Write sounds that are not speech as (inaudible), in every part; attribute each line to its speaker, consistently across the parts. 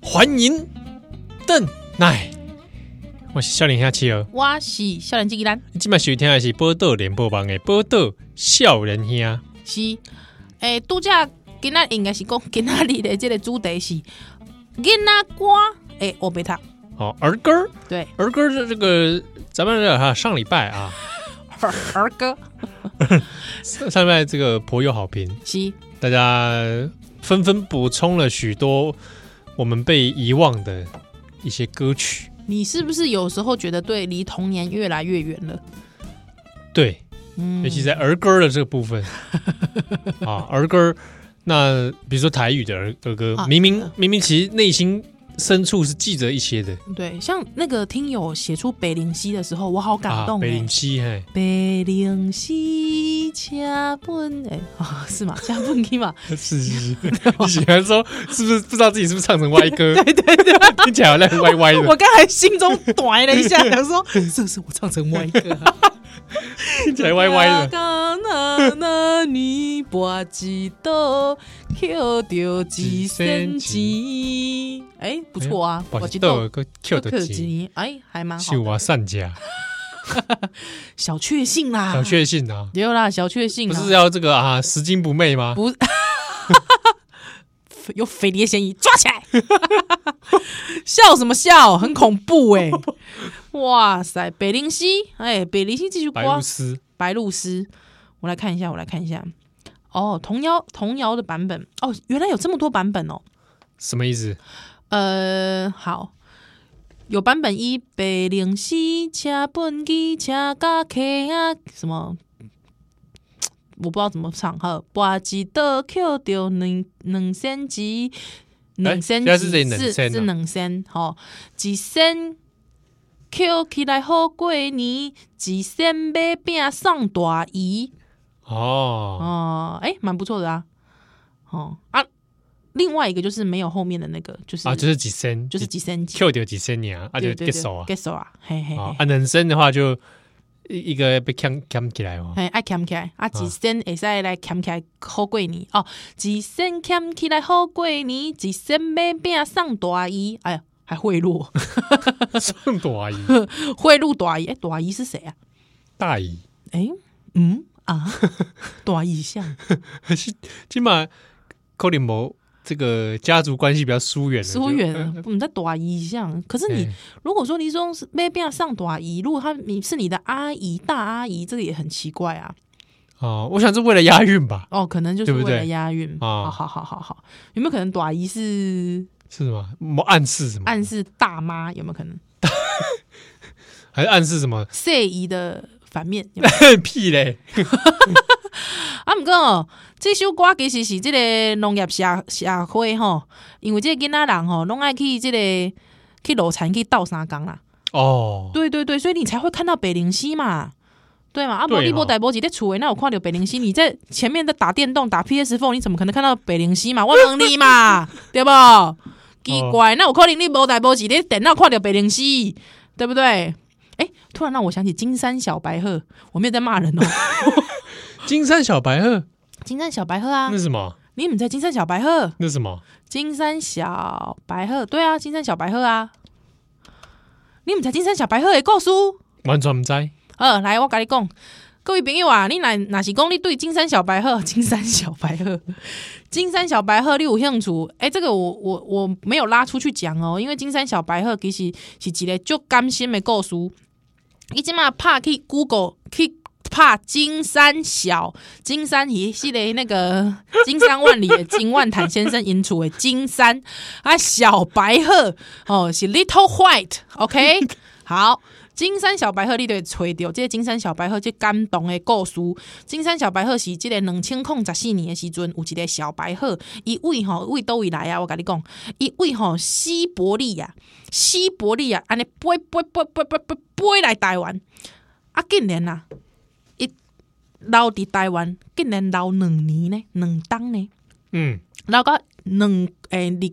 Speaker 1: 欢迎邓奶。我是少年兄企鹅，
Speaker 2: 我是少年机器人，
Speaker 1: 今麦收听的是报道联播网的报道少年兄。
Speaker 2: 是诶，拄则今仔应该是讲今仔日的这个主题是囡仔歌诶，我贝塔
Speaker 1: 哦，儿歌儿
Speaker 2: 对
Speaker 1: 儿歌是这个，咱们这哈上礼拜啊， (laughs)
Speaker 2: 儿儿歌
Speaker 1: 上上礼拜这个颇有好评，
Speaker 2: 是
Speaker 1: 大家纷纷补充了许多我们被遗忘的一些歌曲。
Speaker 2: 你是不是有时候觉得对离童年越来越远了？
Speaker 1: 对，
Speaker 2: 嗯
Speaker 1: 尤其在儿歌的这个部分啊，儿歌，那比如说台语的儿儿歌，
Speaker 2: 啊
Speaker 1: 明明明明其实内心深处是记着一些的
Speaker 2: 对，像那个听友写出北灵溪的时候，我好感
Speaker 1: 啊，
Speaker 2: 动、
Speaker 1: 北
Speaker 2: 欸
Speaker 1: 林溪，嘿，
Speaker 2: 北灵溪车本 (laughs) 哎、啊是吗？车本去嘛？
Speaker 1: 是是是，你喜欢说是不是不知道自己是不是唱成歪歌？对对对，听起来好像歪歪
Speaker 2: (laughs)
Speaker 1: 的，
Speaker 2: 我刚才心中短了一下，想说这是我唱成歪歌、啊。
Speaker 1: 听起来歪歪的。
Speaker 2: 刚那那你拔一刀，捡着一身钱。哎，不错啊，
Speaker 1: 把
Speaker 2: 拔一
Speaker 1: 豆
Speaker 2: 刀，
Speaker 1: 个 Q 的鸡，
Speaker 2: 钱，哎，还蛮好
Speaker 1: 秀
Speaker 2: 的。
Speaker 1: 啊善家，
Speaker 2: 小确幸啦，
Speaker 1: 小确幸啊，
Speaker 2: 对啦，小确幸
Speaker 1: 不
Speaker 2: 啦，
Speaker 1: 是要这个啊拾金不昧吗？
Speaker 2: 不有匪谍嫌疑，抓起来！笑什么笑？很恐怖哎、哇塞，北灵溪，哎，北灵溪这首歌
Speaker 1: 白鹭鸶
Speaker 2: 白鹭鸶，我来看一下，我来看一下。哦，童谣童谣的版本哦，原来有这么多版本哦。
Speaker 1: 什么意思？
Speaker 2: 呃，好，有版本一白灵溪车本机车甲客啊什么，我不知道怎么唱哈。拔一刀扣掉两两仙钱，两仙
Speaker 1: 现在是这
Speaker 2: 钱
Speaker 1: 两仙啊
Speaker 2: 是两仙吼，一仙扣起来好过年，一仙买饼送大姨。
Speaker 1: 哦，
Speaker 2: 哦，哎，蛮不错的啊。哦啊，另外一个就是没有后面的那个，就是
Speaker 1: 啊，就是几声，
Speaker 2: 就是几声
Speaker 1: 扣掉几声年啊，啊就
Speaker 2: 对对
Speaker 1: get
Speaker 2: 对
Speaker 1: 手啊，
Speaker 2: get 手啊，嘿嘿
Speaker 1: 啊
Speaker 2: 嘿，
Speaker 1: 啊人声的话就一一个被扛扛起来哦，
Speaker 2: 嘿，爱欠起来啊，一身会使来欠起来好过年哦，一身欠起来好过年，一身买饼送大姨，哎呀，还贿赂 (laughs)
Speaker 1: 上大阿姨， (laughs)
Speaker 2: 贿赂大姨，哎，大姨是谁啊？
Speaker 1: 大姨，
Speaker 2: 哎，嗯
Speaker 1: (laughs)
Speaker 2: 啊，大姨像
Speaker 1: 起码可能无这个家族关系比较疏远了，就
Speaker 2: 疏远了，我们在大姨像，可是你
Speaker 1: 哎
Speaker 2: 如果说你说是买饼送大姨，如果她你是你的阿姨大阿姨，这个也很奇怪啊。
Speaker 1: 哦，我想是为了押韵吧，
Speaker 2: 哦，可能就是
Speaker 1: 对不
Speaker 2: 为
Speaker 1: 对
Speaker 2: 了押韵
Speaker 1: 啊
Speaker 2: 好好好好好，有没有可能短姨是
Speaker 1: 是吗？某暗示什么？
Speaker 2: 暗示大妈？有没有可能
Speaker 1: 还是暗示什
Speaker 2: (laughs)
Speaker 1: 么？
Speaker 2: 谢姨的反面？有没 (laughs) 有
Speaker 1: 屁嘞！
Speaker 2: 啊，毋过哦，这首歌其实是即个农业社社会吼，因为即个囡仔人吼，拢爱去即、个去楼田去斗相共啦。
Speaker 1: 哦，
Speaker 2: 对对对，所以你才会看到北灵溪嘛。对嘛？啊，
Speaker 1: 对
Speaker 2: 无
Speaker 1: 哦
Speaker 2: 你无代无志在厝诶，那有看到北灵溪？你在前面在打电动、打 PS Four，你怎么可能看到北灵溪
Speaker 1: (laughs)
Speaker 2: 嘛？我问你嘛，对不？
Speaker 1: 哦
Speaker 2: 奇怪，那有可能你无代无志在电脑看到北灵溪，对不对？哎，突然让我想起金山小白鹤，我没有在骂人哦。
Speaker 1: (laughs) 金山小白鹤
Speaker 2: 金山小白鹤啊
Speaker 1: 那，是什么？
Speaker 2: 你们在金山小白鹤？
Speaker 1: 那是什么？
Speaker 2: 金山小白鹤，对啊，金山小白鹤啊，你们在金山小白鹤的故事？
Speaker 1: 完全不知
Speaker 2: 呃，来，我跟你讲，各位朋友啊，你若若是讲你对金山小白鹤、 (laughs) 金山小白鹤、金山小白鹤你有兴趣？诶、这个我我我没有拉出去讲哦，因为金山小白鹤其实是一个足甘心的故事。伊即马拍去 Google 去拍金山小金山伊是咧那个 (laughs) 金山万里的金万坦先生因厝的金山啊小白鹤哦是 Little White，OK、好。金山小白鹤，你得揣到这个金山小白鹤这感动的故事。金山小白鹤是这个两千零十四年的时阵，有一个小白鹤，伊为吼为倒位来啊？我跟你讲，伊为吼西伯利亚，西伯利亚安尼飞飞飞飞飞飞飞来台湾，啊，竟然啊，伊留伫台湾，竟然留两年呢，两冬呢。
Speaker 1: 嗯，
Speaker 2: 然后到两诶，二零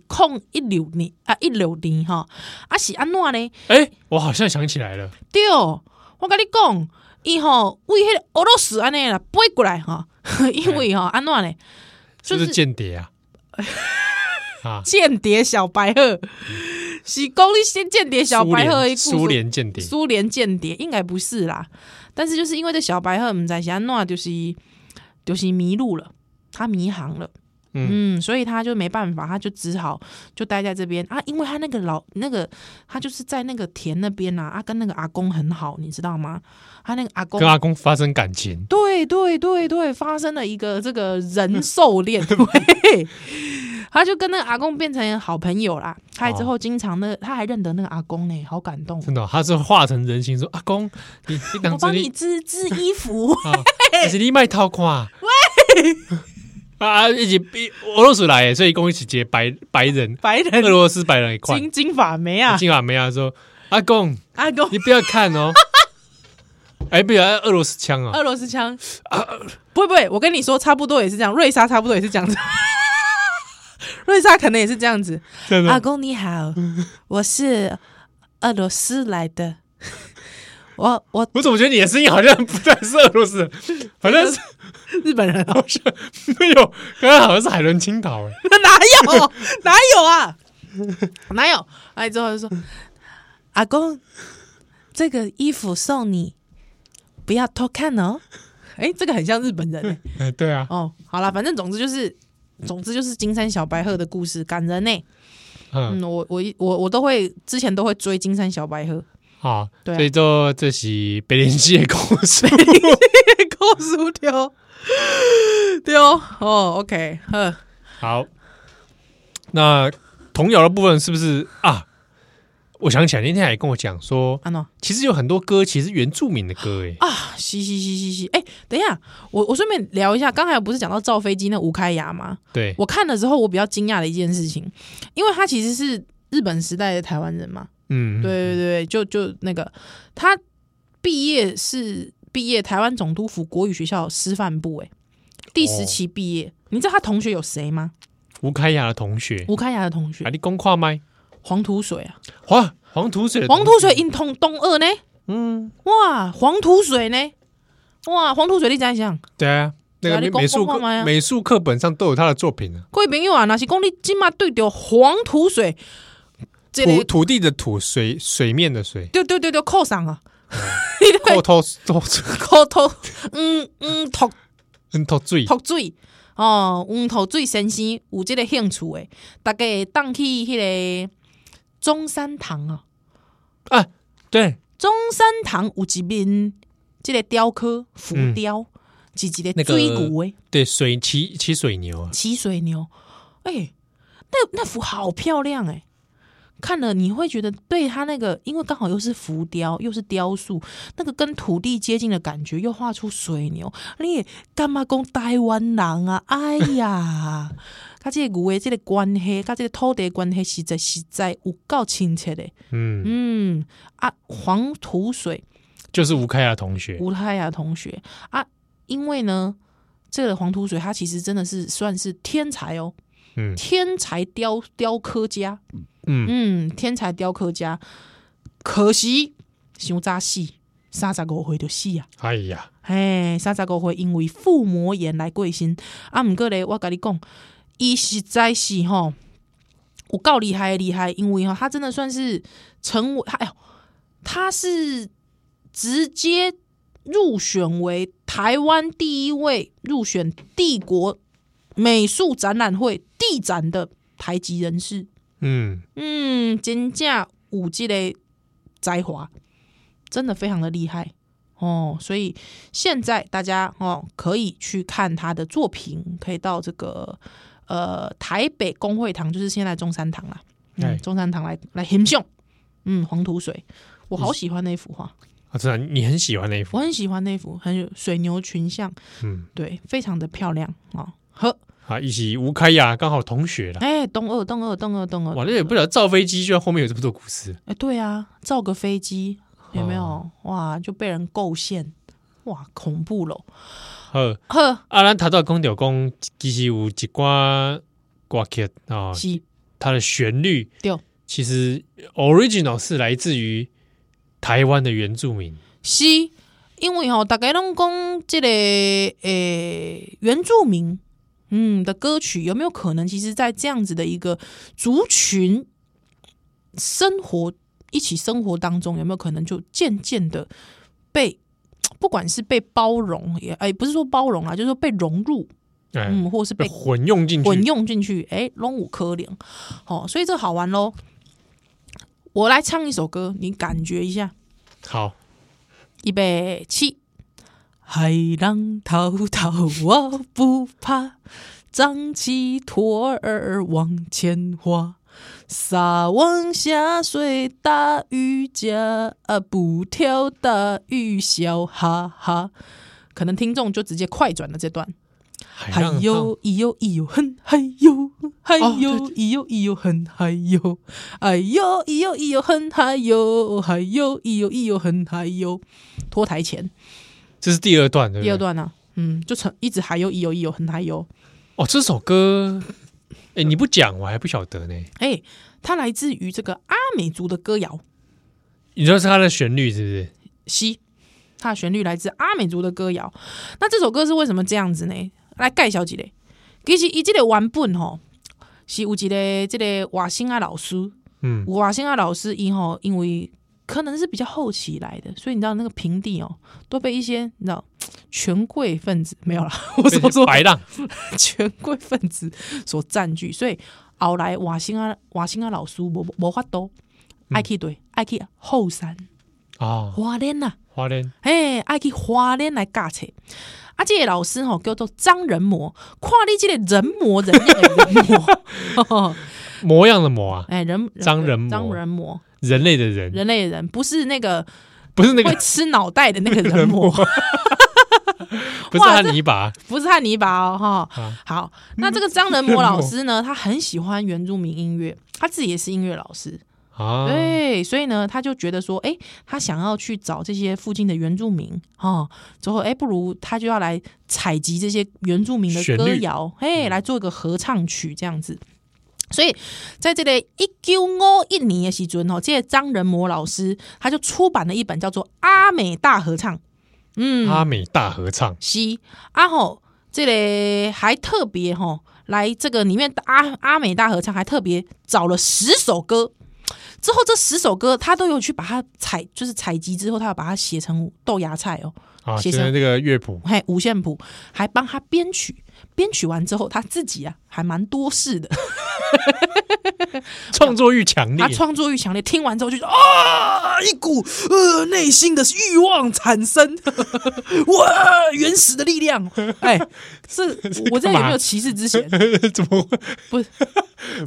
Speaker 2: 一六年啊，一六年吼，啊是安怎呢？
Speaker 1: 哎、我好像想起来了，
Speaker 2: 对，我跟你讲，伊吼为迄个俄罗斯安尼啦飞 (laughs) 过来吼，因为吼安怎呢？
Speaker 1: 是
Speaker 2: 就
Speaker 1: 不
Speaker 2: (laughs) 是
Speaker 1: 是间谍啊？啊，
Speaker 2: 间谍小白鹤，是公立先间谍小
Speaker 1: 苏
Speaker 2: 白鹤的
Speaker 1: 联
Speaker 2: 故事，
Speaker 1: 苏联间谍，
Speaker 2: 苏联间谍应该不是啦，但是就是因为这小白鹤，唔知想弄就是就是迷路了，他迷航了，
Speaker 1: 嗯
Speaker 2: 嗯所以他就没办法，他就只好就待在这边啊，因为他那个老那个他就是在那个田那边啊，啊跟那个阿公很好，你知道吗？他那个阿公啊
Speaker 1: 跟阿公发生感情，
Speaker 2: 对对对对，发生了一个这个人兽 (laughs) 恋，喂，他就跟那个阿公变成好朋友啦。他还之后经常呢，他还认得那个阿公呢、好感动。
Speaker 1: 真的哦、他是化成人形说：“阿公，你你当
Speaker 2: 我
Speaker 1: 初
Speaker 2: 帮
Speaker 1: 你
Speaker 2: 你织织衣服， (laughs)
Speaker 1: 啊，但是你卖套看啊。喂， (laughs) 啊，一起比俄罗斯来的，所以共一起接白白人，
Speaker 2: 白
Speaker 1: 俄
Speaker 2: 人
Speaker 1: 罗斯白人一块。
Speaker 2: 金金发眉啊，
Speaker 1: 金发梅亚说：“阿公，
Speaker 2: 阿公
Speaker 1: 你不要看哦。”哎，不要俄罗斯枪哦，
Speaker 2: 俄罗斯腔，不会不会，我跟你说，差不多也是这样，瑞莎差不多也是这样子， (laughs) 瑞莎可能也是这样子。
Speaker 1: 真
Speaker 2: 阿
Speaker 1: 的
Speaker 2: 公你好，我是俄罗斯来的， (laughs) 我我
Speaker 1: 我怎么觉得你的声音好像不太是俄罗斯人，好像是
Speaker 2: 日本人哦。
Speaker 1: 好像没有，刚刚好像是海伦青岛哎，
Speaker 2: (laughs) 哪有哪有啊？哪有？哎，之后就说：“阿公，这个衣服送你，不要偷看哦。” (laughs) 哎，这个很像日
Speaker 1: (laughs)
Speaker 2: 本人、欸、
Speaker 1: 哎对啊，
Speaker 2: 哦。好啦，反正总之就是，总之就是金山小白鹤的故事感人呢、
Speaker 1: 嗯，
Speaker 2: 嗯，我我我我都会之前都会追金山小白鹤，
Speaker 1: 好，
Speaker 2: 对啊
Speaker 1: 所以就这是北林系的故事，
Speaker 2: (laughs) 够薯条，对哦，哦，OK，呵，
Speaker 1: 好，那童谣的部分是不是啊？我想起来，那天还跟我讲说，
Speaker 2: 安诺。
Speaker 1: 其实有很多歌其实原住民的歌哎，
Speaker 2: 啊，嘻嘻嘻嘻嘻！哎、等一下，我我顺便聊一下，刚才不是讲到造飞机那吴开雅吗？
Speaker 1: 对，
Speaker 2: 我看了之后，我比较惊讶的一件事情，因为他其实是日本时代的台湾人嘛，
Speaker 1: 嗯，
Speaker 2: 对对对，就就那个他毕业是毕业台湾总督府国语学校师范部、哎，第
Speaker 1: 哦
Speaker 2: 十期毕业。你知道他同学有谁吗？
Speaker 1: 吴开雅的同学，
Speaker 2: 吴开雅的同学
Speaker 1: 啊，你公跨麦，
Speaker 2: 黄土水啊，
Speaker 1: 黄黄土水的同
Speaker 2: 黄
Speaker 1: 学，
Speaker 2: 土水因同东二呢，
Speaker 1: 嗯，
Speaker 2: 哇，黄土水呢，哇，黄土水你怎样？
Speaker 1: 对啊，那
Speaker 2: 对啊
Speaker 1: 个
Speaker 2: 你
Speaker 1: 美
Speaker 2: 公
Speaker 1: 美术
Speaker 2: 公跨麦
Speaker 1: 课
Speaker 2: 啊
Speaker 1: 美术课本上都有他的作品啊，
Speaker 2: 各位朋友啊，若是讲你即马对着黄土水，这
Speaker 1: 土
Speaker 2: 个
Speaker 1: 土地的土，水水面的水，
Speaker 2: 对对对对扣上啊，
Speaker 1: 扣头头
Speaker 2: 扣头嗯嗯头
Speaker 1: 嗯头水，
Speaker 2: 头水哦，嗯头水先生有这个兴趣的，大概会当去迄个中山堂啊，
Speaker 1: 啊，对，
Speaker 2: 中山堂有一面这个雕刻浮
Speaker 1: 嗯
Speaker 2: 雕，是一
Speaker 1: 那
Speaker 2: 个
Speaker 1: 个
Speaker 2: 水牛的
Speaker 1: 对水骑骑水牛啊，
Speaker 2: 骑水牛，哎、那那幅好漂亮哎、看了你会觉得对它那个，因为刚好又是浮雕，又是雕塑，那个跟土地接近的感觉，又画出水牛，你也干嘛讲台湾人啊？哎呀， (laughs) 跟这个牛的这个关系，跟这个土地的关系实在实在有够亲切的。
Speaker 1: 嗯，
Speaker 2: 嗯啊，黄土水
Speaker 1: 就是吴开雅同学，
Speaker 2: 吴太雅同学啊，因为呢，这个黄土水他其实真的是算是天才哦，
Speaker 1: 嗯
Speaker 2: 天才雕雕刻家，
Speaker 1: 嗯，
Speaker 2: 嗯，天才雕刻家，可惜伤早死，三十五岁就死啊！
Speaker 1: 哎呀，
Speaker 2: 嘿，三十五岁因为腹膜炎来过身啊。毋过咧，我甲你讲，伊实在是吼，有够厉害的厉害，因为吼，他真的算是成为他，哎呦，他是直接入选为台湾第一位入选帝国美术展览会地展的台籍人士。
Speaker 1: 嗯，
Speaker 2: 嗯，真正有这个才华，真的非常的厉害哦。所以现在大家哦可以去看他的作品，可以到这个呃台北公会堂，就是现在中山堂啦，
Speaker 1: 哎
Speaker 2: 嗯，中山堂来来欣赏。嗯，黄土水，我好喜欢那幅画，
Speaker 1: 啊，真的，你很喜欢那一幅
Speaker 2: 我，很喜欢那幅，很有水牛群像，
Speaker 1: 嗯，
Speaker 2: 对，非常的漂亮哦。呵，
Speaker 1: 啊，一起吴开雅刚好同学啦，
Speaker 2: 哎、东二东二东二东二，
Speaker 1: 哇，那也不晓得造飞机居然后面有这么多故事，
Speaker 2: 哎、对啊，造个飞机有没有？
Speaker 1: 哦
Speaker 2: 哇，就被人构陷，哇，恐怖咯！
Speaker 1: 呃，
Speaker 2: 呵，
Speaker 1: 啊，咱头到讲着讲，其实有一寡歌曲啊，
Speaker 2: 是
Speaker 1: 它的旋律
Speaker 2: 对
Speaker 1: 其实 original 是来自于台湾的原住民，
Speaker 2: 是，因为吼、大家拢讲这个诶、原住民，嗯的歌曲，有没有可能其实，在这样子的一个族群生活一起生活当中，有没有可能就渐渐的被不管是被包容也哎，不是说包容啦，就是说被融入，
Speaker 1: 哎、
Speaker 2: 嗯，或是被
Speaker 1: 被混用进去，
Speaker 2: 混用进去，哎、龙五科联，哦，所以这好玩喽。我来唱一首歌，你感觉一下，
Speaker 1: 好，
Speaker 2: 预备起。海浪滔滔，我不怕，张起托儿往前划，撒网下水打鱼夹，啊不挑大鱼小，哈哈。可能听众就直接快转了这段。
Speaker 1: 海
Speaker 2: 还
Speaker 1: 浪
Speaker 2: 有一哟一哟很，还有还
Speaker 1: 哦
Speaker 2: 有一哟一哟很，还有哎呦一哟一哟很，还有还有一哟一哟很，还有脱台前
Speaker 1: 这是第二段，对不对？
Speaker 2: 第二段呢、嗯，就成一直还有一哟一哟很，还有
Speaker 1: 哦，这首歌，哎、你不讲我还不晓得呢。
Speaker 2: 哎、它来自于这个阿美族的歌谣
Speaker 1: 你知道是它的旋律是不是？
Speaker 2: 西，它的旋律来自阿美族的歌谣。那这首歌是为什么这样子呢？来介绍一个，其实伊这个原本吼是有一个这个瓦辛啊老师。
Speaker 1: 嗯，
Speaker 2: 瓦辛亚啊老师因吼，因为可能是比较后期来的，所以你知道那个平地哦，都被一些你知道权贵分子没有啦， (laughs) 我
Speaker 1: 被
Speaker 2: 说说
Speaker 1: 白浪，
Speaker 2: 权贵分子所占据，所以后来瓦辛亚瓦辛亚老师无无法度，爱去对爱去后山
Speaker 1: 哦，
Speaker 2: 花莲呐、
Speaker 1: 嗯花莲，
Speaker 2: 嘿，爱去花莲来教册。啊，这个老师吼、叫做张仁模，看你这个人模人样的
Speaker 1: (laughs)
Speaker 2: 人模，哦
Speaker 1: 模样的模啊，
Speaker 2: 哎、人
Speaker 1: 张仁模
Speaker 2: 张人模，
Speaker 1: 人类的人，
Speaker 2: 人类的人，不是那个
Speaker 1: 不是那
Speaker 2: 会
Speaker 1: 个，
Speaker 2: 吃脑袋的
Speaker 1: (laughs)
Speaker 2: 那个人魔，
Speaker 1: 不是
Speaker 2: 哇
Speaker 1: 汉尼拔，
Speaker 2: 不是汉尼拔哦，哈、
Speaker 1: 啊
Speaker 2: 好，那这个张仁模老师呢，他很喜欢原住民音乐，他自己也是音乐老师， (laughs)
Speaker 1: 啊，
Speaker 2: 对，所以呢，他就觉得说，哎，他想要去找这些附近的原住民，哦，之后，哎，不如他就要来采集这些原住民的
Speaker 1: 旋律
Speaker 2: 歌谣，
Speaker 1: 嗯
Speaker 2: 嘿，来做一个合唱曲这样子。所以，在这个一九五一年的时阵哦，这个张仁模老师他就出版了一本叫做《阿美大合唱》，嗯，
Speaker 1: 阿美大合唱，
Speaker 2: 是啊吼，这个还特别吼，来这个里面的阿阿美大合唱还特别找了十首歌，之后这十首歌他都有去把它采，就是采集之后，他要把它写成豆芽菜哦，
Speaker 1: 啊，
Speaker 2: 谢
Speaker 1: 就
Speaker 2: 谢
Speaker 1: 是这个乐
Speaker 2: (laughs)
Speaker 1: 谱，
Speaker 2: 还五线谱，还帮他编曲，编曲完之后他自己啊还蛮多事的，
Speaker 1: 创作欲强烈
Speaker 2: 他，创作欲强烈，听完之后就觉得啊，一股呃内心的欲望产生， (laughs) 哇，原始的力量，哎，是我这
Speaker 1: 干
Speaker 2: 有
Speaker 1: 嘛
Speaker 2: 没有歧视之嫌？
Speaker 1: (laughs) 怎么会？
Speaker 2: (laughs) 不是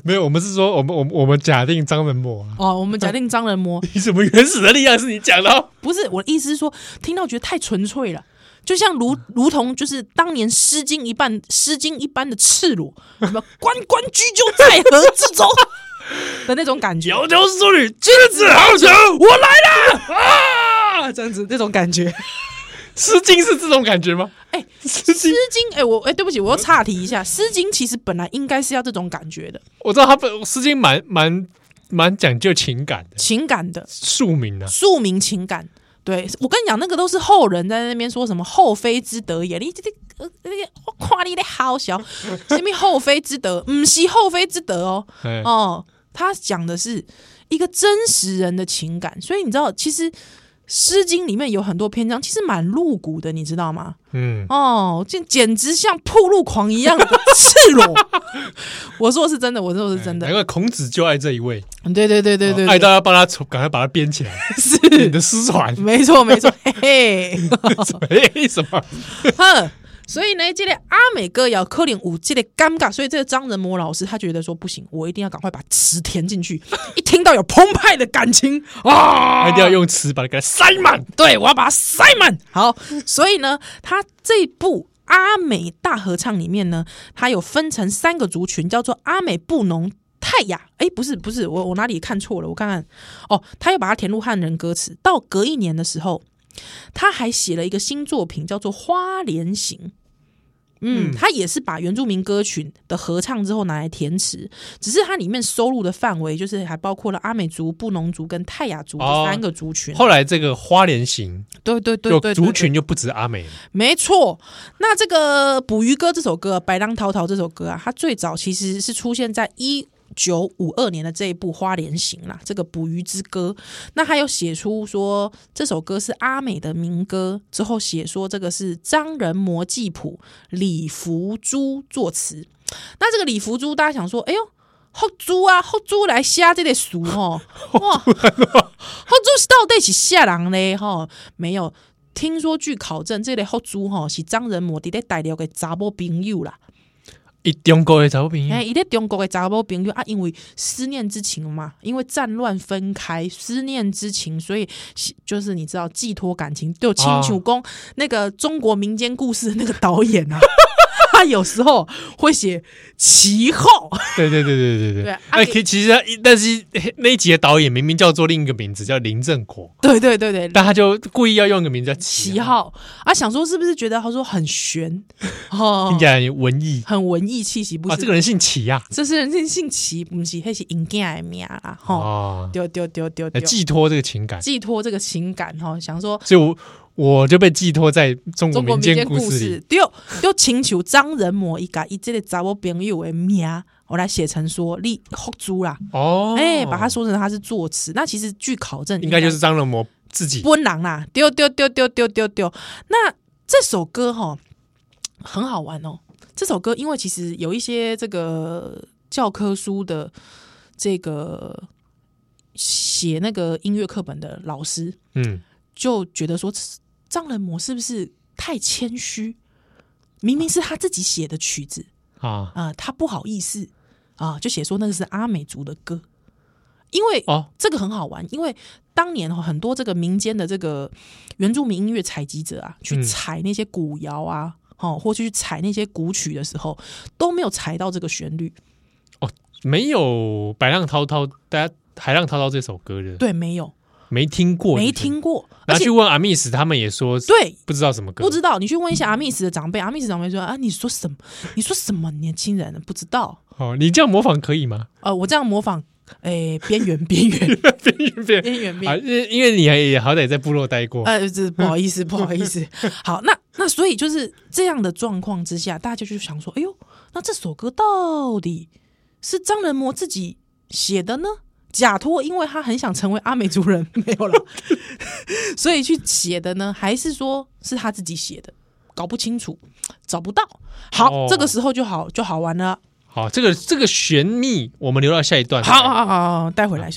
Speaker 1: 没有，我们是说，我们我们我们假定张仁模啊， (laughs)
Speaker 2: 哦，我们假定张仁 (laughs) 模
Speaker 1: 你什么原始的力量是你讲的哦？
Speaker 2: 不是我的意思是说，听到觉得太纯粹了，就像如如同就是当年《诗经》一半《诗经》一般的赤裸，什么“关关雎鸠，在河之 (laughs) 洲”的那种感觉，
Speaker 1: 窈窕淑女，君子好逑，我来啦！
Speaker 2: (laughs)
Speaker 1: 啊，
Speaker 2: 这样子那种感觉。
Speaker 1: 诗经是这种感觉吗？
Speaker 2: 哎
Speaker 1: 诗
Speaker 2: 《诗
Speaker 1: 经，
Speaker 2: 经》哎，我哎，对不起，我又岔题一下，《诗经》其实本来应该是要这种感觉的，
Speaker 1: 我知道他本诗经蛮蛮蛮讲究情感的，
Speaker 2: 情感的
Speaker 1: 庶民啊，
Speaker 2: 庶民情感。对我跟你讲，那个都是后人在那边说什么后妃之德也，你这个呃这个我夸你的好
Speaker 1: (laughs)
Speaker 2: 小，什么后妃之德，不是后妃之德哦，
Speaker 1: 哎，
Speaker 2: 哦，他讲的是一个真实人的情感，所以你知道，其实《诗经》里面有很多篇章，其实蛮露骨的，你知道吗？
Speaker 1: 嗯，
Speaker 2: 哦，这简直像铺路狂一样的赤
Speaker 1: (laughs)
Speaker 2: 裸。我说的是真的，我说的是真
Speaker 1: 难
Speaker 2: 的。
Speaker 1: 怪孔子就爱这一位，
Speaker 2: 对对对对对，
Speaker 1: 哎哦爱
Speaker 2: 对
Speaker 1: 到要帮他从赶快把他编起
Speaker 2: (laughs)
Speaker 1: 来， (laughs) 你的失传， (laughs)
Speaker 2: 没错没错，嘿嘿。
Speaker 1: 什么哎什么？
Speaker 2: (laughs) 哼，所以呢，这个阿美歌谣柯林舞这个尴尬，所以这个张仁模老师他觉得说不行，我一定要赶快把词填进去。一听到有澎湃的感情啊，
Speaker 1: (laughs) 他一定要用词把它给它塞满，
Speaker 2: 对我要把它塞满。好，所以呢，他这部。阿美大合唱里面呢，它有分成三个族群，叫做阿美布农、泰雅。哎，不是不是，我我哪里看错了？我看看哦，他又把它填入汉人歌词。到隔一年的时候，他还写了一个新作品，叫做《花莲行》。嗯，
Speaker 1: 嗯
Speaker 2: 它也是把原住民歌曲的合唱之后拿来填词，只是它里面收录的范围就是还包括了阿美族、布农族跟泰雅族
Speaker 1: 哦
Speaker 2: 这三个族群。
Speaker 1: 后来这个花莲行
Speaker 2: 对对对
Speaker 1: 就
Speaker 2: 对对
Speaker 1: 族群就不止阿美了，
Speaker 2: 没错，那这个《捕鱼歌》这首歌，《白浪滔滔》这首歌啊，它最早其实是出现在一九五二年的这一部《花莲行》啦，这个《捕鱼之歌》。那还有写出说这首歌是阿美的民歌，之后写说这个是张仁摩记谱李福珠作词。那这个李福珠，大家想说，哎呦。后珠啊，后珠来虾这类
Speaker 1: (laughs)
Speaker 2: 俗哦，哇，后珠是到底是虾人嘞吼，没有，听说据考证，这类福珠吼是张仁模伫咧大陆嘅查某朋友啦，
Speaker 1: 一中国的查某朋友
Speaker 2: 哎、伊咧中国嘅查某朋友啊，因为思念之情嘛，因为战乱分开，思念之情，所以是就是你知道寄托感情，就亲像公那个中国民间故事的那个导演 (laughs) 啊，他有时候会写其后，
Speaker 1: 对对对对对
Speaker 2: 对啊
Speaker 1: 哎，
Speaker 2: 给
Speaker 1: 其其实他一但是嘿那一集的导演明明叫做另一个名字叫林正国，
Speaker 2: (laughs) 对对对对，
Speaker 1: 但他就故意要用一个名字叫齐
Speaker 2: 旗，号啊，想说是不是觉得他说很悬哦
Speaker 1: 听，起来很文艺
Speaker 2: 很文艺气息，不是？
Speaker 1: 啊，这个人姓齐呀，
Speaker 2: 这是人家姓齐，不是迄是因囝的名啦，吼、
Speaker 1: 哦，
Speaker 2: 丢丢丢丢
Speaker 1: 来
Speaker 2: 丢，
Speaker 1: 寄托这个情感，
Speaker 2: 寄托这个情感哈，吼想说
Speaker 1: 所以我我就被寄托在中国
Speaker 2: 中
Speaker 1: 民
Speaker 2: 国民间
Speaker 1: 间故事
Speaker 2: 故
Speaker 1: 里
Speaker 2: 事，丢丢请求张仁模伊甲伊这个查某朋友的名，我来写成说你福珠啦，
Speaker 1: 哦，
Speaker 2: 哎、把它说成他是作词，那其实据考证
Speaker 1: 应该就是张仁谋自己
Speaker 2: 奔狼啦，啊丢丢丢丢丢丢丢。那这首歌哈很好玩哦，这首歌因为其实有一些这个教科书的这个写那个音乐课本的老师
Speaker 1: 嗯。
Speaker 2: 就觉得说张仁模是不是太谦虚？明明是他自己写的曲子
Speaker 1: 啊
Speaker 2: 啊、他不好意思啊、就写说那个是阿美族的歌，因为
Speaker 1: 哦
Speaker 2: 这个很好玩，因为当年哦很多这个民间的这个原住民音乐采集者啊，去
Speaker 1: 嗯
Speaker 2: 采那些古谣啊，哦，或去采那些古曲的时候，都没有采到这个旋律。
Speaker 1: 没有《白浪滔滔》，大家《海浪滔滔》这首歌的，
Speaker 2: 对，没有，
Speaker 1: 没听过，
Speaker 2: 没。听过，而
Speaker 1: 然后
Speaker 2: 且
Speaker 1: 去问阿密斯，他们也说
Speaker 2: 对。
Speaker 1: 不知道什么歌，
Speaker 2: 不知道，你去问一下阿密斯的长辈，阿密斯长辈说：“啊，你说什么？你说什么？年轻人不知道。
Speaker 1: 哦，你这样模仿可以吗？ (laughs)
Speaker 2: 呃，我这样模仿，哎，边缘，边缘，
Speaker 1: 边缘边
Speaker 2: 边缘，边缘
Speaker 1: 啊，因为因为你还也好歹在部落待过，
Speaker 2: 呃，这不
Speaker 1: (laughs)
Speaker 2: 好意思，不好意思。好，那那所以就是这样的状况之下，大家就想说，哎呦，那这首歌到底是张仁模自己写的呢？假托因为他很想成为阿美族人， (laughs) 没有了，所以去写的呢，还是说是他自己写的？搞不清楚，找不到。好，
Speaker 1: 哦
Speaker 2: 这个时候就好就好玩了。
Speaker 1: 好，这个这个玄秘我们留到下一段。
Speaker 2: 好好好好，带回来。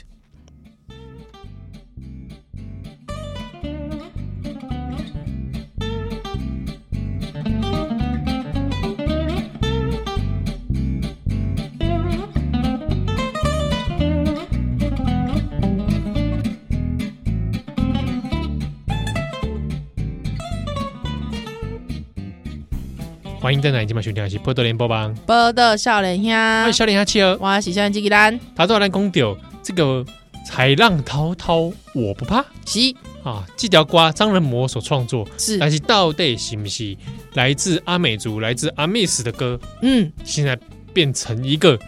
Speaker 1: 欢迎登来今晚收听的是《波多联播帮》，
Speaker 2: 波的笑脸
Speaker 1: 欢迎
Speaker 2: 兄，
Speaker 1: 哎小林阿七儿，
Speaker 2: 我是笑脸机器人，
Speaker 1: 他都来公丢这个海浪滔滔，我不怕
Speaker 2: 是
Speaker 1: 啊！这条瓜张仁模所创作，
Speaker 2: 是，
Speaker 1: 但是到底是不是来自阿美族、来自阿密斯的歌？
Speaker 2: 嗯。
Speaker 1: 现在变成一个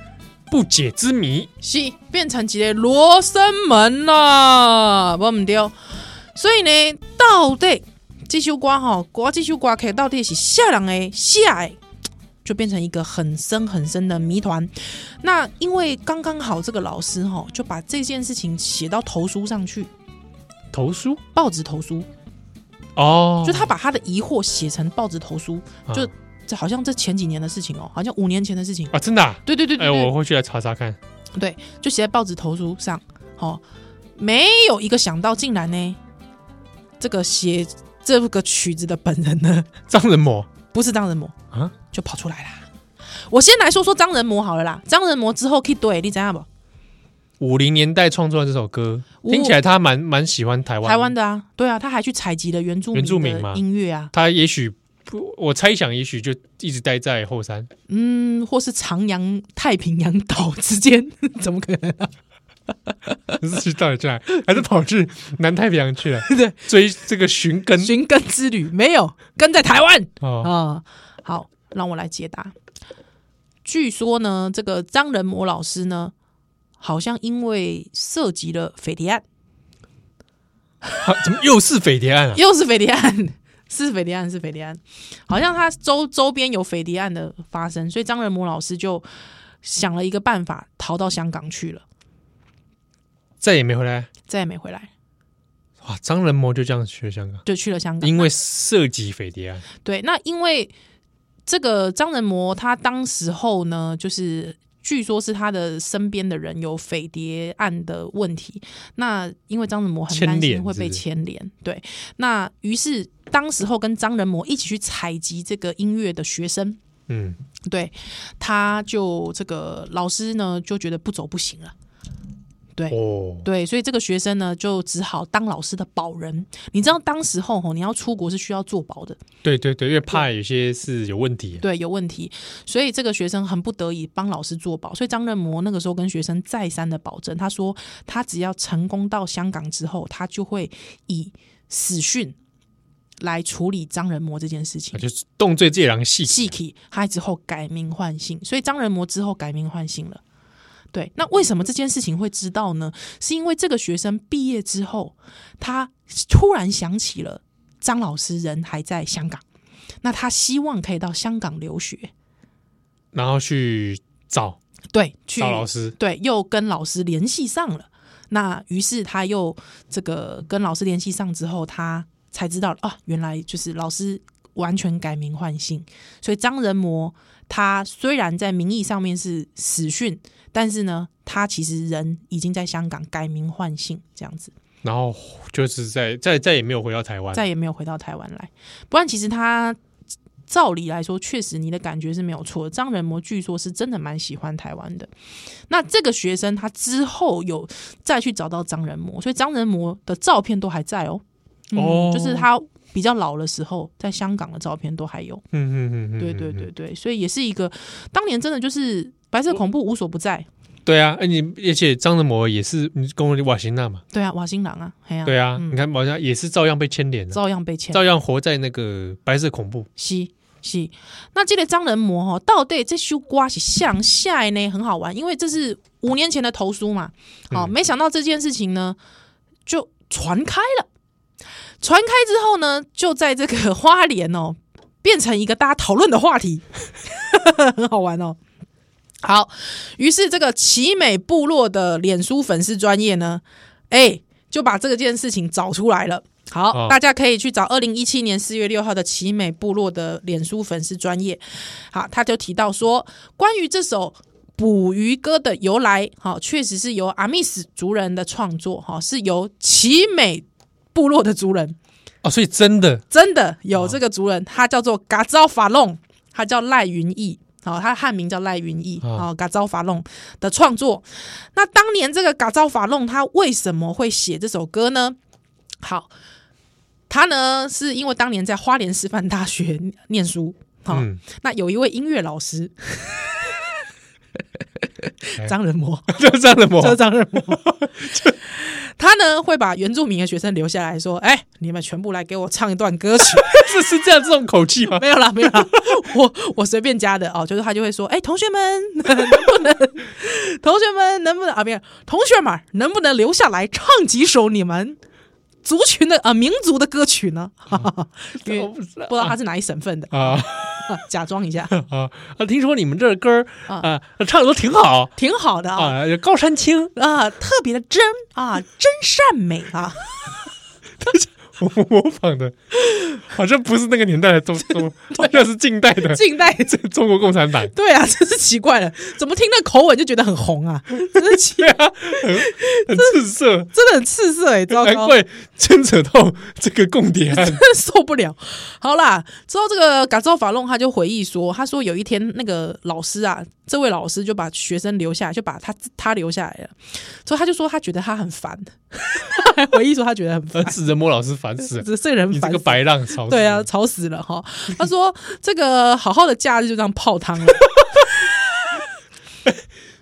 Speaker 1: 不解之谜。
Speaker 2: 是变成一个罗生门啦，无毋对。所以呢，到底这首歌吼，歌这首歌曲到底是啥人的写的，就变成一个很深很深的谜团。那因为刚刚好这个老师吼，就把这件事情写到投书上去，
Speaker 1: 投书
Speaker 2: 报纸投书，
Speaker 1: 哦，
Speaker 2: 就他把他的疑惑写成报纸投书，
Speaker 1: 啊
Speaker 2: 就这好像这前几年的事情哦，好像五年前的事情。
Speaker 1: 啊，真的、啊，
Speaker 2: 对对对对
Speaker 1: 哎，
Speaker 2: 对，
Speaker 1: 我回去来查查看。
Speaker 2: 对，就写在报纸头书上。哦，没有一个想到，竟然呢，这个写这个曲子的本人呢， (laughs)
Speaker 1: 张仁谋
Speaker 2: 不是张仁模
Speaker 1: 啊，
Speaker 2: 就跑出来啦。我先来说说张仁模好了啦，张仁模之后可以对，你怎样不？
Speaker 1: 五零年代创作的这首歌，
Speaker 2: 五
Speaker 1: 听起来他蛮蛮喜欢哦台湾。
Speaker 2: 台湾，的啊，对啊，他还去采集了原住
Speaker 1: 原住民嘛
Speaker 2: 的音乐啊，
Speaker 1: 他也许不我猜想，也许就一直待在后山。 (laughs)
Speaker 2: 嗯，或是长洋太平洋岛之间， (laughs) 怎么可能？
Speaker 1: 是去到底去哪？还是跑去南太平洋去 (laughs) 了？
Speaker 2: 对，
Speaker 1: 追这个寻根
Speaker 2: 寻根之旅没有跟在台湾
Speaker 1: 哦。
Speaker 2: 啊、好，让我来解答。据说呢，这个张仁模老师呢，好像因为涉及了匪谍案，
Speaker 1: 啊怎么又是匪谍 (laughs) 案啊？
Speaker 2: 又是匪谍案，是匪谍案，是匪谍案，好像他周周边有匪谍案的发生，所以张仁模老师就想了一个办法，逃到香港去了，
Speaker 1: 再也没回来。
Speaker 2: 再也没回来，
Speaker 1: 哇，张仁谋就这样去了香港，
Speaker 2: 就去了香港。
Speaker 1: 因为涉及匪谍
Speaker 2: (laughs)
Speaker 1: 案，
Speaker 2: 对，那因为这个张仁模他当时候呢，就是据说是他的身边的人有匪谍案的问题，那因为张仁模很担
Speaker 1: 牵连
Speaker 2: 心会被
Speaker 1: 是不是
Speaker 2: 牵连，对，那于是当时候跟张仁模一起去采集这个音乐的学生，
Speaker 1: 嗯，
Speaker 2: 对，他就这个老师呢就觉得不走不行了。对
Speaker 1: 哦，
Speaker 2: 对，所以这个学生呢，就只好当老师的保人。你知道，当时候吼，你要出国是需要做保的，
Speaker 1: 对对对，因为怕有些是有问题，啊
Speaker 2: 对，有问题，所以这个学生很不得已帮老师做保。所以张仁模那个时候跟学生再三的保证，他说他只要成功到香港之后，他就会以死讯来处理张仁模这件事
Speaker 1: 啊。
Speaker 2: 情
Speaker 1: 就是动罪这狼戏
Speaker 2: 细体，他之后改名换姓，所以张仁模之后改名换姓了。对，那为什么这件事情会知道呢？是因为这个学生毕业之后，他突然想起了张老师人还在香港，那他希望可以到香港留学，
Speaker 1: 然后去找
Speaker 2: 对，去
Speaker 1: 找老师，
Speaker 2: 对，又跟老师联系上了。那于是他又这个跟老师联系上之后，他才知道啊，原来就是老师完全改名换姓。所以张仁模他虽然在名义上面是死讯，但是呢，他其实人已经在香港改名换姓这样子。
Speaker 1: 然后就是在再再也没有回到台湾，
Speaker 2: 再也没有回到台湾来。不然，其实他照理来说，确实你的感觉是没有错的。张仁模据说是真的蛮喜欢台湾的。那这个学生他之后有再去找到张仁模，所以张仁模的照片都还在哦。嗯
Speaker 1: 哦
Speaker 2: 就是他比较老的时候，在香港的照片都还有。
Speaker 1: 嗯嗯嗯嗯，
Speaker 2: 对对
Speaker 1: 嗯
Speaker 2: 对对，所以也是一个当年真的就是白色恐怖无所不在。
Speaker 1: 对啊，哎你而且张仁谋也是你跟我瓦辛纳嘛，
Speaker 2: 对啊，瓦辛郎啊，嘿啊，
Speaker 1: 对啊，
Speaker 2: 嗯
Speaker 1: 你看好像也是照样被牵连了，
Speaker 2: 照样被签。
Speaker 1: 照样活在那个白色恐怖，
Speaker 2: 是是，那这个张仁模吼，到底这首歌是向下的呢？很好玩，因为这是五年前的投书嘛。好、没想到这件事情呢，就传开了。传开之后呢，就在这个花莲哦，变成一个大家讨论的话题， (laughs) 很好玩哦。好，于是这个奇美部落的脸书粉丝专业呢，哎，就把这个件事情找出来了。好，
Speaker 1: 哦
Speaker 2: 大家可以去找二零一七年四月六号的奇美部落的脸书粉丝专业。好，他就提到说，关于这首捕鱼歌的由来，好、确实是由阿密斯族人的创作，哈、是由奇美部落的族人，
Speaker 1: 哦，所以真的
Speaker 2: 真的有
Speaker 1: 哦
Speaker 2: 这个族人，他叫做嘎昭法弄，他叫赖云逸。好、他汉名叫赖云逸，哦
Speaker 1: 啊
Speaker 2: 好、嘎昭法弄的创作。那当年这个嘎昭法弄，他为什么会写这首歌呢？好，他呢是因为当年在花莲师范大学念书，好、
Speaker 1: 嗯 (laughs)
Speaker 2: 那有一位音乐老师
Speaker 1: 哎
Speaker 2: 张仁模，
Speaker 1: 就是张仁谋
Speaker 2: (laughs) 就是张仁模，他呢会把原住民的学生留下来说：“哎，你们全部来给我唱一段歌曲。”
Speaker 1: 是是这样这种口气
Speaker 2: (laughs)
Speaker 1: 吗？
Speaker 2: 没有啦，没有啦，我我随便加的哦，就是他就会说，哎、同学们 (laughs) 能不能，同学们能不能啊，不是，同学们能不能留下来唱几首你们族群的啊、民族的歌曲呢？ (laughs) 哈哈哈，因为
Speaker 1: 我
Speaker 2: 不
Speaker 1: 不知道
Speaker 2: 知道他是哪一省份的，
Speaker 1: 啊
Speaker 2: 啊假装一下， (laughs)
Speaker 1: (laughs) 啊啊！听说你们这歌儿
Speaker 2: 啊
Speaker 1: 啊唱的都挺好
Speaker 2: 挺好的啊。
Speaker 1: 啊，高山青， (laughs)
Speaker 2: 啊，特别的真啊，真善美啊！
Speaker 1: 我模仿的，好像不是那个年代的
Speaker 2: (laughs)
Speaker 1: 中中，好像是近代的
Speaker 2: 啊近代
Speaker 1: (laughs) 这中国共产党。 (laughs)
Speaker 2: 对啊，真是奇怪了，怎么听那口吻就觉得很红啊？真是奇，
Speaker 1: 对啊，很很赤色，
Speaker 2: 真的很刺 (laughs) 色哎、糟
Speaker 1: 难
Speaker 2: 糕！
Speaker 1: 怪牵扯到这个共谍
Speaker 2: (laughs)
Speaker 1: 案。
Speaker 2: 受不了。好啦，之后这个嘎造法弄他就回忆说，他说有一天那个老师啊，这位老师就把学生留下来，就把他他留下来了。之后他就说他觉得他很烦，他还回忆说他觉得很烦
Speaker 1: 烦，死人魔老师，烦死了！
Speaker 2: 这这个人
Speaker 1: 你这
Speaker 2: 烦
Speaker 1: 个
Speaker 2: 死
Speaker 1: 白浪潮，
Speaker 2: 对啊，，吵死了哈。他说这个好好的假日就这样泡汤了，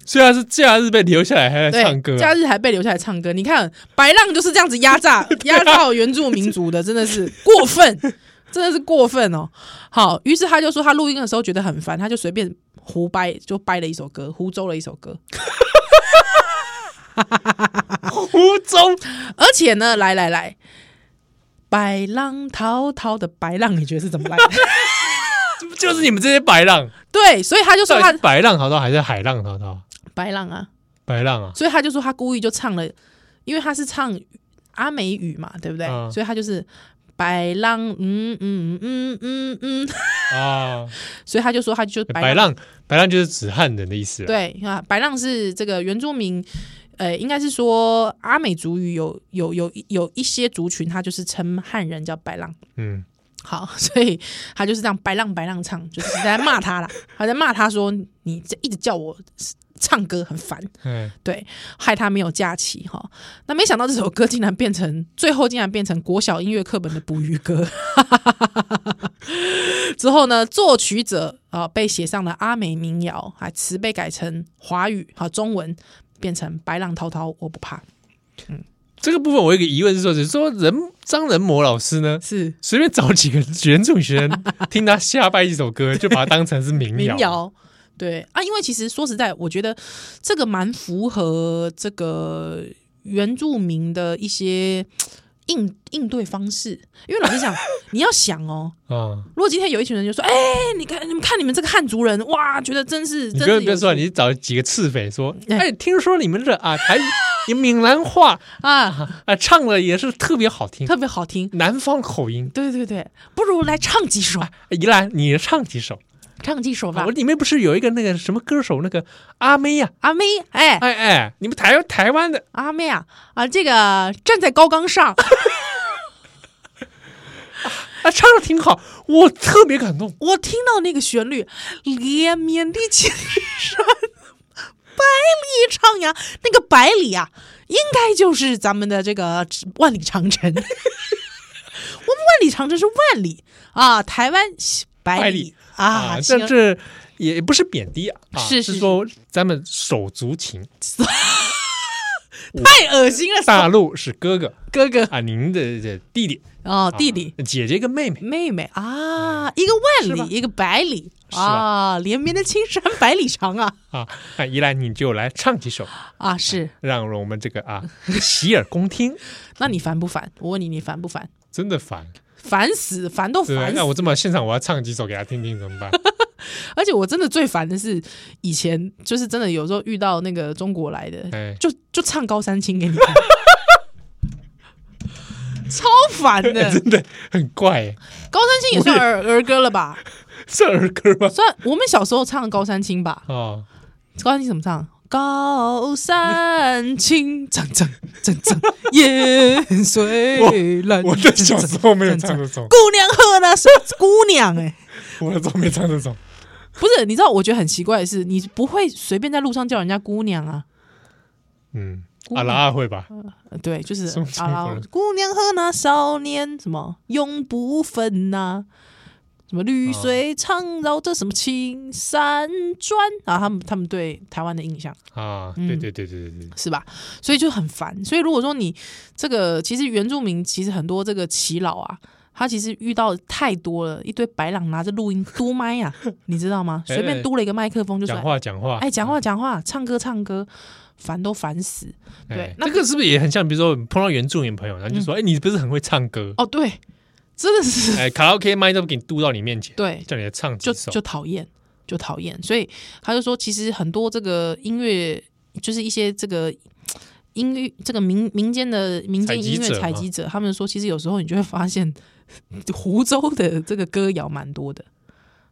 Speaker 1: 虽然是假日被留下来，还在
Speaker 2: 对，
Speaker 1: 唱歌啊，
Speaker 2: 假日还被留下来
Speaker 1: (laughs)
Speaker 2: 唱
Speaker 1: 啊
Speaker 2: 歌。你看白浪就是这样子压榨压榨原住民族的，真的是过分。真的是过分哦。好，于是他就说他录音的时候觉得很烦，他就随便胡掰，就掰了一首歌，胡诌了一首歌。
Speaker 1: 湖中
Speaker 2: 而且呢，来来来，白浪滔滔的白浪，你觉得是怎么
Speaker 1: (laughs)
Speaker 2: 来的？
Speaker 1: 这不就是你们这些白浪？
Speaker 2: 对，所以他就说
Speaker 1: 到底
Speaker 2: 他
Speaker 1: 是白浪淘淘还是海浪淘淘？
Speaker 2: 白浪啊，
Speaker 1: 白浪啊，
Speaker 2: 所以他就说他故意就唱了，因为他是唱阿美语嘛，对不对？
Speaker 1: 嗯
Speaker 2: 所以他就是白浪，嗯嗯嗯嗯嗯，
Speaker 1: 啊，
Speaker 2: 所以他就说他就
Speaker 1: 白浪，白浪就是指汉人的意思啦。
Speaker 2: 对啊，白浪是这个原住民，呃，应该是说阿美族语有有有有一些族群，他就是称汉人叫白浪。
Speaker 1: 嗯，
Speaker 2: 好， (laughs) 所以他就是这样白浪白浪唱，就是在骂他啦，他在骂他说你这一直叫我唱歌很烦，
Speaker 1: 嗯，
Speaker 2: 对，害他没有假期哈、那没想到这首歌竟然变成最后竟然变成国小音乐课本的捕鱼歌。 (laughs) 之后呢，作曲者啊、被写上了阿美民谣，啊词被改成华语啊中文，变成白浪滔滔我不怕，
Speaker 1: 这个部分我有一个疑问是说，只是说人张仁模老师呢，
Speaker 2: 是
Speaker 1: 随便找几个 (laughs) 原住民学生听他瞎掰一首歌，就把它当成是民
Speaker 2: 民
Speaker 1: 谣。
Speaker 2: 谣。对啊，因为其实说实在，我觉得这个蛮符合这个原住民的一些应应对方式。因为老实讲，你要想哦，
Speaker 1: 啊，
Speaker 2: 如果今天有一群人就说：“哎、你看你们看你们这个汉族人，哇，觉得真是
Speaker 1: 你
Speaker 2: 真
Speaker 1: 不要
Speaker 2: 是
Speaker 1: 不要
Speaker 2: 有
Speaker 1: 说，啊你找几个赤匪说，
Speaker 2: 哎
Speaker 1: 哎，听说你们这啊台你闽南话
Speaker 2: 啊，
Speaker 1: 啊唱的也是特别好听，
Speaker 2: 特别好听。
Speaker 1: 南方口”音。
Speaker 2: 对对对，不如来唱几首，
Speaker 1: 宜兰，你唱几首？
Speaker 2: 啊唱几首吧
Speaker 1: 我。里面不是有一个那个什么歌手，那个阿妹呀、
Speaker 2: 阿妹，哎，
Speaker 1: 哎哎，你们台台湾的
Speaker 2: 阿妹啊，啊，这个站在高岗上， (laughs)
Speaker 1: 啊，唱的挺好，我特别感动。
Speaker 2: 我听到那个旋律，连绵的青山，百里徜徉。那个百里啊，应该就是咱们的这个万里长城。我 (laughs) 们万里长城是万里啊，台湾百
Speaker 1: 百
Speaker 2: 里
Speaker 1: 里
Speaker 2: 啊，
Speaker 1: 但
Speaker 2: 行
Speaker 1: 这也不是贬低啊，啊
Speaker 2: 是是
Speaker 1: 是说咱们手足情，
Speaker 2: 太恶心了，
Speaker 1: 大陆是哥哥
Speaker 2: 哥哥
Speaker 1: 啊，您的这弟弟、啊
Speaker 2: 哦，弟弟、
Speaker 1: 姐姐跟妹妹，
Speaker 2: 妹妹啊，一个
Speaker 1: 哎是吧
Speaker 2: 万里，一个百里
Speaker 1: 是吧
Speaker 2: 啊，连绵的青山百里
Speaker 1: (laughs)
Speaker 2: 长啊
Speaker 1: 啊，啊，宜兰你就来唱几首，
Speaker 2: 啊！是，
Speaker 1: 让我们这个啊洗耳恭听，
Speaker 2: 那你烦不烦？我问你，你烦不烦？
Speaker 1: 真的烦，
Speaker 2: 烦死，烦都
Speaker 1: 对不对？
Speaker 2: 烦死
Speaker 1: 那我这么现场我要唱几首给他听听怎么办？ (laughs)
Speaker 2: 而且我真的最烦的是，以前就是真的有时候遇到那个中国来的，
Speaker 1: 哎
Speaker 2: 就就唱高山青给
Speaker 1: (laughs)
Speaker 2: 你看，超烦
Speaker 1: (laughs)
Speaker 2: 的。
Speaker 1: 真的很怪耶，
Speaker 2: 高山青也算儿儿歌了吧？
Speaker 1: 是儿歌吗？
Speaker 2: 算我们小时候唱的高山青吧。
Speaker 1: 啊，
Speaker 2: 高山青怎么唱？高山青，铮铮铮铮，烟水蓝。
Speaker 1: 我的小时候没有唱这
Speaker 2: (laughs)
Speaker 1: 种，
Speaker 2: 姑娘喝那是姑娘哎、
Speaker 1: 我的时候没唱这种。
Speaker 2: (laughs) 不是，你知道我觉得很奇怪的是，你不会随便在路上叫人家姑娘啊。
Speaker 1: 嗯，
Speaker 2: 姑
Speaker 1: 阿
Speaker 2: 娘
Speaker 1: 拉阿会吧？
Speaker 2: 呃对，就是
Speaker 1: 什么中
Speaker 2: 啊
Speaker 1: 国人
Speaker 2: 姑娘和那少年什么永不分呐、什么绿
Speaker 1: 哦
Speaker 2: 水唱绕着什么青山川啊，他们他们对台湾的印象
Speaker 1: 啊，
Speaker 2: 嗯
Speaker 1: 对对对对对对，
Speaker 2: 是吧？所以就很烦。所以如果说你这个其实原住民其实很多这个耆老啊。他其实遇到太多了，一堆白狼拿着录音嘟麦啊，你知道吗？
Speaker 1: 哎
Speaker 2: 随便嘟了一个麦克风就说
Speaker 1: 讲话嗯讲话，
Speaker 2: 哎，讲话讲话，唱歌唱歌，烦都烦死。
Speaker 1: 哎
Speaker 2: 对那嗯
Speaker 1: 这个是不是也很像？比如说你碰到原住民朋友，然后就说：“哎，你不是很会唱歌
Speaker 2: 哦，对，真的是？”
Speaker 1: 哎，卡拉 OK 麦都给你嘟到你面前，
Speaker 2: 对，
Speaker 1: 叫你来唱
Speaker 2: 就
Speaker 1: 几首
Speaker 2: 就讨厌，就讨厌。所以他就说，其实很多这个音乐，就是一些这个音乐，这个民民间的民间
Speaker 1: 采集
Speaker 2: 音乐
Speaker 1: 者
Speaker 2: 采
Speaker 1: 嘛
Speaker 2: 集者，他们说，其实有时候你就会发现， (laughs) 湖州的这个歌谣蛮多的。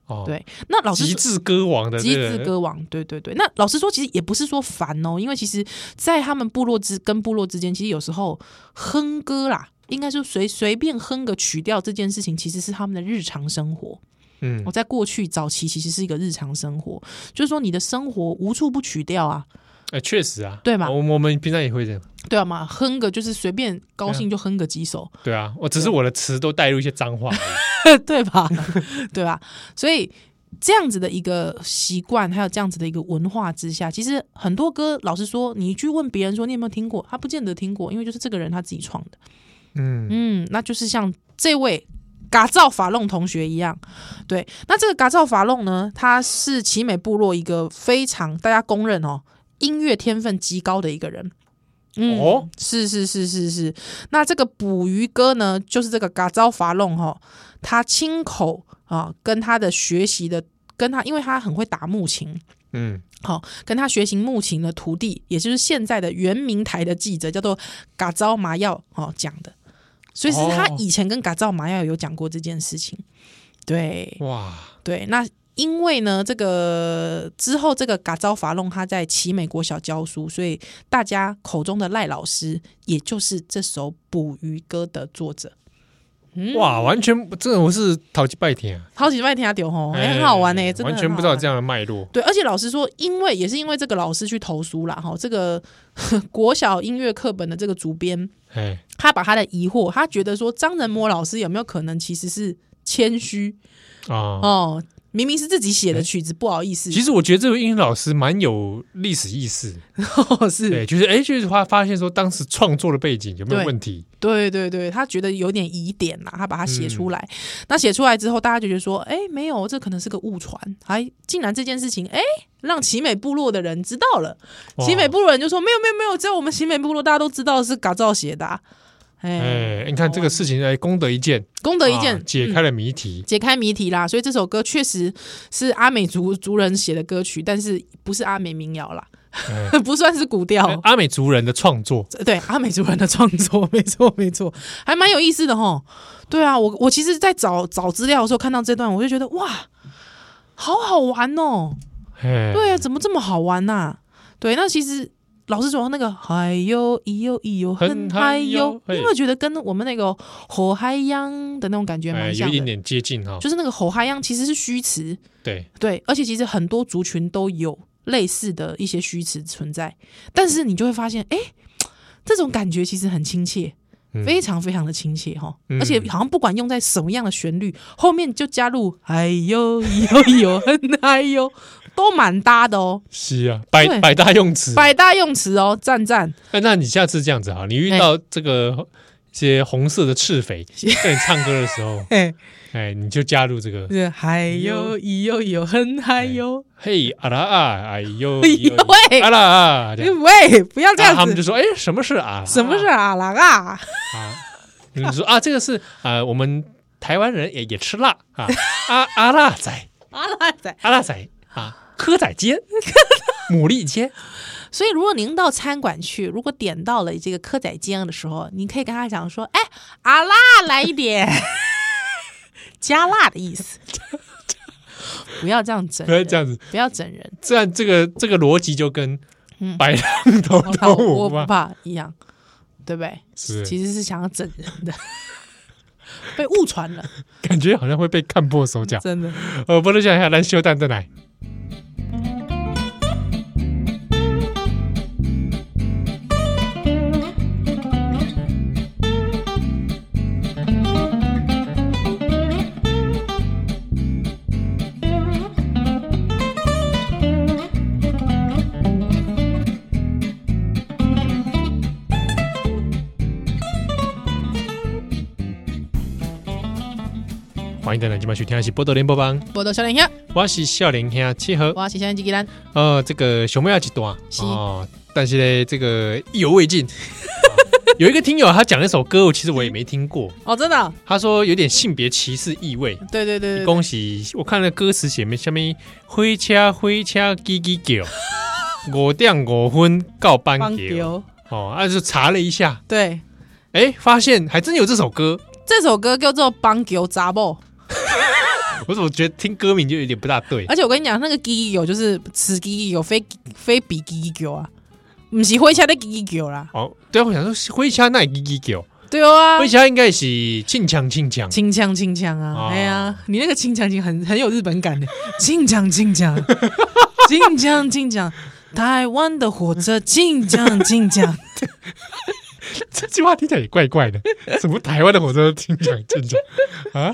Speaker 1: 哦。
Speaker 2: 对那老师
Speaker 1: 极致歌王的
Speaker 2: 机
Speaker 1: 这
Speaker 2: 智
Speaker 1: 个
Speaker 2: 歌王，对对对。那老实说，其实也不是说烦哦，因为其实，在他们部落之跟部落之间，其实有时候哼歌啦，应该说随随便哼个曲调这件事情，其实是他们的日常生活。
Speaker 1: 嗯
Speaker 2: 我在过去早期其实是一个日常生活，就是说你的生活无处不取调啊，
Speaker 1: 哎，确实啊，
Speaker 2: 对嘛
Speaker 1: 我我们平常也会这样，
Speaker 2: 对啊嘛，哼个就是随便高兴就哼个几首， (laughs)
Speaker 1: 对啊，我只是我的词都带入一些脏话而已，
Speaker 2: 对吧？ (laughs) 对吧？所以这样子的一个习惯，还有这样子的一个文化之下，其实很多歌，老实说，你去问别人说你有没有听过，他不见得听过，因为就是这个人他自己创的。
Speaker 1: 嗯，
Speaker 2: 嗯，那就是像这位。嘎造法弄同学一样。对，那这个嘎造法弄呢，他是奇美部落一个非常大家公认哦，音乐天分极高的一个人。嗯，
Speaker 1: 哦
Speaker 2: 是是是是是。那这个捕鱼哥呢，就是这个嘎造法弄哈、哦，他亲口啊跟他的学习的，跟他因为他很会打木琴，
Speaker 1: 嗯，
Speaker 2: 好、跟他学习木琴的徒弟，也就是现在的圆明台的记者，叫做嘎昭麻药哦讲的，所以是他
Speaker 1: 哦
Speaker 2: 以前跟嘎昭麻药有讲过这件事情。对
Speaker 1: 哇，
Speaker 2: 对，那因为呢，这个之后这个嘎昭法弄他在奇美国小教书，所以大家口中的赖老师，也就是这首《捕鱼歌》的作者。嗯
Speaker 1: 哇，完全这个我是淘气拜天啊，
Speaker 2: 好几拜听他丢吼，哎、很好玩呢、
Speaker 1: 哎
Speaker 2: 真的
Speaker 1: 完
Speaker 2: 很
Speaker 1: 全不
Speaker 2: 好
Speaker 1: 知道
Speaker 2: 玩
Speaker 1: 这样的脉络。
Speaker 2: 对，而且老师说，因为也是因为这个老师去投诉啦，哈，这个 (laughs) 国小音乐课本的这个主编，
Speaker 1: 哎，
Speaker 2: 他把他的疑惑，他觉得说张仁模老师有没有可能其实是谦虚
Speaker 1: 啊，
Speaker 2: 哦，明明是自己写的曲子，不好意思，
Speaker 1: 哎其实我觉得这位英语老师蛮有历史意识，
Speaker 2: 是，
Speaker 1: 对，就是哎，就是发发现说当时创作的背景有没有
Speaker 2: 对
Speaker 1: 问题？
Speaker 2: 对对对，他觉得有点疑点啦，他把它写
Speaker 1: 嗯
Speaker 2: 出来，那写出来之后，大家就觉得说，哎，没有，这可能是个误传，还竟然这件事情，哎，让奇美部落的人知道了。
Speaker 1: 哇
Speaker 2: 奇美部落人就说：“没有没有没有，在我们奇美部落，大家都知道是嘎造写的、啊。哎，
Speaker 1: 哎，你看这个事情，哎，功德一件，
Speaker 2: 功德一
Speaker 1: 啊
Speaker 2: 件、嗯
Speaker 1: 解开了谜题。
Speaker 2: 解开谜题啦。所以这首歌确实是阿美族族人写的歌曲，但是不是阿美民谣啦，
Speaker 1: 哎
Speaker 2: (laughs) 不算是古调。
Speaker 1: 哎阿美族人的创作，
Speaker 2: 对阿美族人的创作，没错没错，还蛮有意思的吼。对啊，我我其实，在找找资料的时候看到这段，我就觉得哇，好好玩哦。
Speaker 1: 哎，
Speaker 2: 对啊，怎么这么好玩呐、对，那其实老实说，那个嗨哟咿哟咿哟很
Speaker 1: 很
Speaker 2: 嗨
Speaker 1: 嗨
Speaker 2: 哟
Speaker 1: 哟，
Speaker 2: 你有没有觉得跟我们那个吼嗨央的那种感觉
Speaker 1: 哎，
Speaker 2: 蛮
Speaker 1: 有
Speaker 2: 像
Speaker 1: 一
Speaker 2: 的？
Speaker 1: 点点接近哈，
Speaker 2: 就是那个吼嗨央其实是虚词，
Speaker 1: 对，
Speaker 2: 对，而且其实很多族群都有类似的一些虚词存在，但是你就会发现，哎、这种感觉其实很亲切，
Speaker 1: 嗯
Speaker 2: 非常非常的亲切哈，
Speaker 1: 嗯
Speaker 2: 而且好像不管用在什么样的旋律，后面就加入哎呦呦呦，很哎呦，都蛮搭的哦，
Speaker 1: 是啊，
Speaker 2: 对
Speaker 1: 百百大用词，
Speaker 2: 百搭用词哦，赞赞。
Speaker 1: 哎，那你下次这样子哈，你遇到这个一些红色的赤匪在你唱歌的时候，
Speaker 2: 嘿，
Speaker 1: 哎，你就加入这个
Speaker 2: 是嗨呦咦呦呦，很嗨呦，
Speaker 1: 嘿阿拉啊，哎呦
Speaker 2: 哎
Speaker 1: 呦
Speaker 2: 呦 (laughs) 喂
Speaker 1: 阿拉啊，这样
Speaker 2: (laughs) 喂，不要这
Speaker 1: 啊他
Speaker 2: 样
Speaker 1: 们就
Speaker 2: 子，
Speaker 1: 说哎，什么是啊？
Speaker 2: 什么是啊啦啊？
Speaker 1: 啊？你就说啊，这个是啊，我们台湾人也也吃辣啊，阿阿辣仔，
Speaker 2: 啊啦仔。
Speaker 1: 阿辣仔啊，
Speaker 2: (laughs)
Speaker 1: 蚵仔煎，牡蛎煎，
Speaker 2: 所以，如果您到餐馆去，如果点到了这个蚵仔煎的时候，你可以跟他讲说：“哎，啊啦，来一 (laughs) 点，加辣的意思。” (laughs) 不要这样整
Speaker 1: 不要哎这
Speaker 2: 人，
Speaker 1: 样子，
Speaker 2: 不要整人。
Speaker 1: 这样这个这个逻辑就跟
Speaker 2: 嗯
Speaker 1: 白浪头
Speaker 2: 我怕
Speaker 1: 头
Speaker 2: 我
Speaker 1: 舞
Speaker 2: 不
Speaker 1: 嘛，
Speaker 2: 怕一样，对不对？
Speaker 1: 是
Speaker 2: 其实是想要整人的， (laughs) 被误传了，
Speaker 1: 感觉好像会被看破手脚。
Speaker 2: 真的。
Speaker 1: 呃，不能想一下，咱休蛋再来。欢迎大家今晚收听的是《波多联播帮》，
Speaker 2: 我的小脸兄，
Speaker 1: 我是少年兄七和。
Speaker 2: 我要写小脸机给咱
Speaker 1: 呃，这个熊猫要几段
Speaker 2: 是
Speaker 1: 哦，但是呢，这个意犹未
Speaker 2: (laughs)
Speaker 1: 尽。有一个听友他讲了一首歌，我其实我也没听过，
Speaker 2: 哦，真的哦，
Speaker 1: 他说有点性别歧视意味。
Speaker 2: 对对对对对，
Speaker 1: 恭喜！我看了歌词写面下面灰车灰车叽叽叫，五点五分告班
Speaker 2: 帮
Speaker 1: 球
Speaker 2: 丢，
Speaker 1: 哦，啊就查了一下，
Speaker 2: 对，
Speaker 1: 哎，发现还真有这首歌。
Speaker 2: 这首歌叫做《帮丢杂某》。
Speaker 1: 我怎么觉得听歌名就有点不大对？
Speaker 2: 而且我跟你讲，那个鸡狗就是吃鸡狗，非非比鸡狗啊，不是灰车的鸡狗啦。
Speaker 1: 哦，对啊，我想说灰车那叽叽叫，
Speaker 2: 对啊，
Speaker 1: 灰车应该是庆强庆强。
Speaker 2: 清腔清腔啊，
Speaker 1: 哦
Speaker 2: 哎呀，你那个清腔已经很很有日本感的，清腔清腔， (laughs) 清腔清腔，台湾的火车清腔清腔，
Speaker 1: 这句话听起来也怪怪的，怎么台湾的火车都听起来正常啊？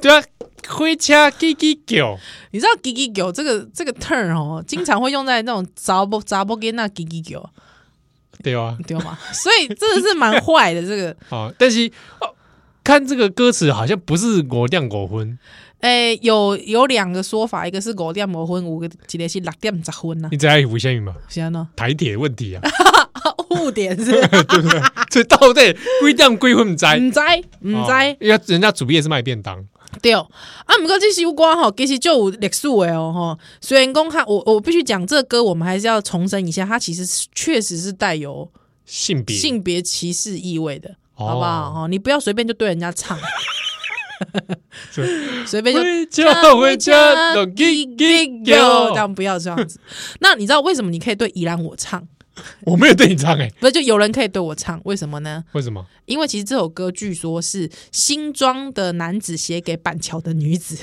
Speaker 1: 对啊，灰车叽叽叫，
Speaker 2: 你知道鸡鸡狗这个这个 turn 哦，经常会用在那种杂波杂波给那鸡鸡狗，
Speaker 1: 对啊，
Speaker 2: (laughs) 对吗？所以真的是蛮坏的这个， (laughs)
Speaker 1: 好、但是哦，看这个歌词好像不是我亮我婚，
Speaker 2: 诶、有有两个说法，一个是五点五分，有个一个是六点十分呐、
Speaker 1: 你在乎下雨吗？
Speaker 2: 是安喏，
Speaker 1: 台铁问题啊， (laughs)
Speaker 2: 误点 (laughs) 是不是
Speaker 1: 所以到底归亮归婚不知道，
Speaker 2: 唔知唔嗯知、
Speaker 1: 哎哦因为人家主业是卖便当，
Speaker 2: 对，啊，毋过这首歌吼，其实就有历史的哦吼。虽然讲它，我我必须讲这歌，我们还是要重申一下，它其实是确实是带有
Speaker 1: 性别
Speaker 2: 性别歧视意味的，
Speaker 1: 哦
Speaker 2: 好不好？哦，你不要随便就对人
Speaker 1: (laughs)
Speaker 2: 家唱， (laughs) 随哎便就
Speaker 1: 回 (laughs) 家回家都
Speaker 2: 叽
Speaker 1: 叽
Speaker 2: 叽
Speaker 1: 叽
Speaker 2: 哟，这
Speaker 1: 哟，
Speaker 2: 样不要这样子。那你知道为什么你可以对宜兰我唱，
Speaker 1: 我没有对你唱哎，
Speaker 2: 不是就有人可以对我唱？为什么呢？
Speaker 1: 为什么？
Speaker 2: 因为其实这首歌据说是新庄的男子写给板桥的女子，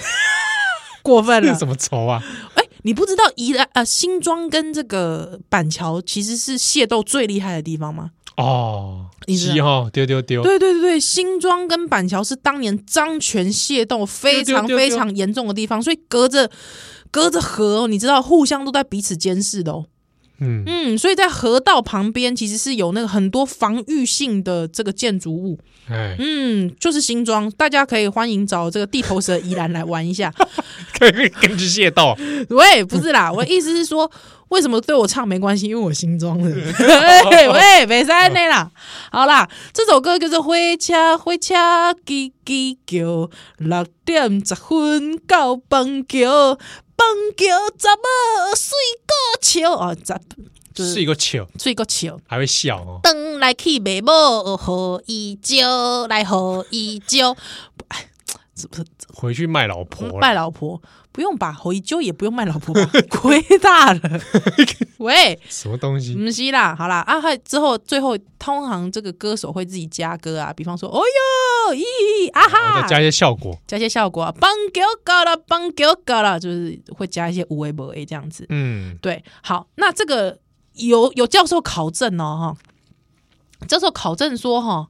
Speaker 2: (laughs) 过分
Speaker 1: 这
Speaker 2: 了
Speaker 1: 是。什么仇啊？
Speaker 2: 哎、你不知道宜兰呃新庄跟这个板桥其实是械斗最厉害的地方吗？
Speaker 1: 哦，
Speaker 2: 你知道
Speaker 1: 是哈，丢丢丢，
Speaker 2: 对对对对，新庄跟板桥是当年张权械斗非常
Speaker 1: 对对对对
Speaker 2: 非常严重的地方，所以隔着隔着河哦，你知道互相都在彼此监视的哦。
Speaker 1: 嗯，
Speaker 2: 嗯，所以在河道旁边其实是有那个很多防御性的这个建筑物。
Speaker 1: 哎，
Speaker 2: 嗯，就是新庄，大家可以欢迎找这个地头蛇宜兰来玩一下。 (laughs)
Speaker 1: 可以 (laughs) 跟着械斗，
Speaker 2: 喂，不是啦，我的意思是说，为什么对我唱没关系？因为我新装的。 (laughs) 喂喂，北山内啦，好啦，这首歌叫做《火车火车叽叽叫》，六点十分到棒桥，棒桥怎么水果笑哦，十就是
Speaker 1: 一个球，
Speaker 2: 水果笑。
Speaker 1: 还会笑哦。
Speaker 2: 等来去卖某，互伊招来互伊招，这不是
Speaker 1: 回去卖老婆了，
Speaker 2: 卖老婆不用吧？侯一揪也不用卖老婆
Speaker 1: (laughs)
Speaker 2: 吧？亏大了。喂，
Speaker 1: 什么东西？
Speaker 2: 不是啦，好啦，啊，还之后最后通常这个歌手会自己加歌啊，比方说，哦哟，咦，啊
Speaker 1: 我
Speaker 2: 哈
Speaker 1: 哦再，加一些效果。
Speaker 2: 加一些效果啊，帮给我搞了，帮给我搞了，就是会加一些无为不为这样子。
Speaker 1: 嗯，
Speaker 2: 对，好，那这个有有教授考证哦，哈，教授考证说哈，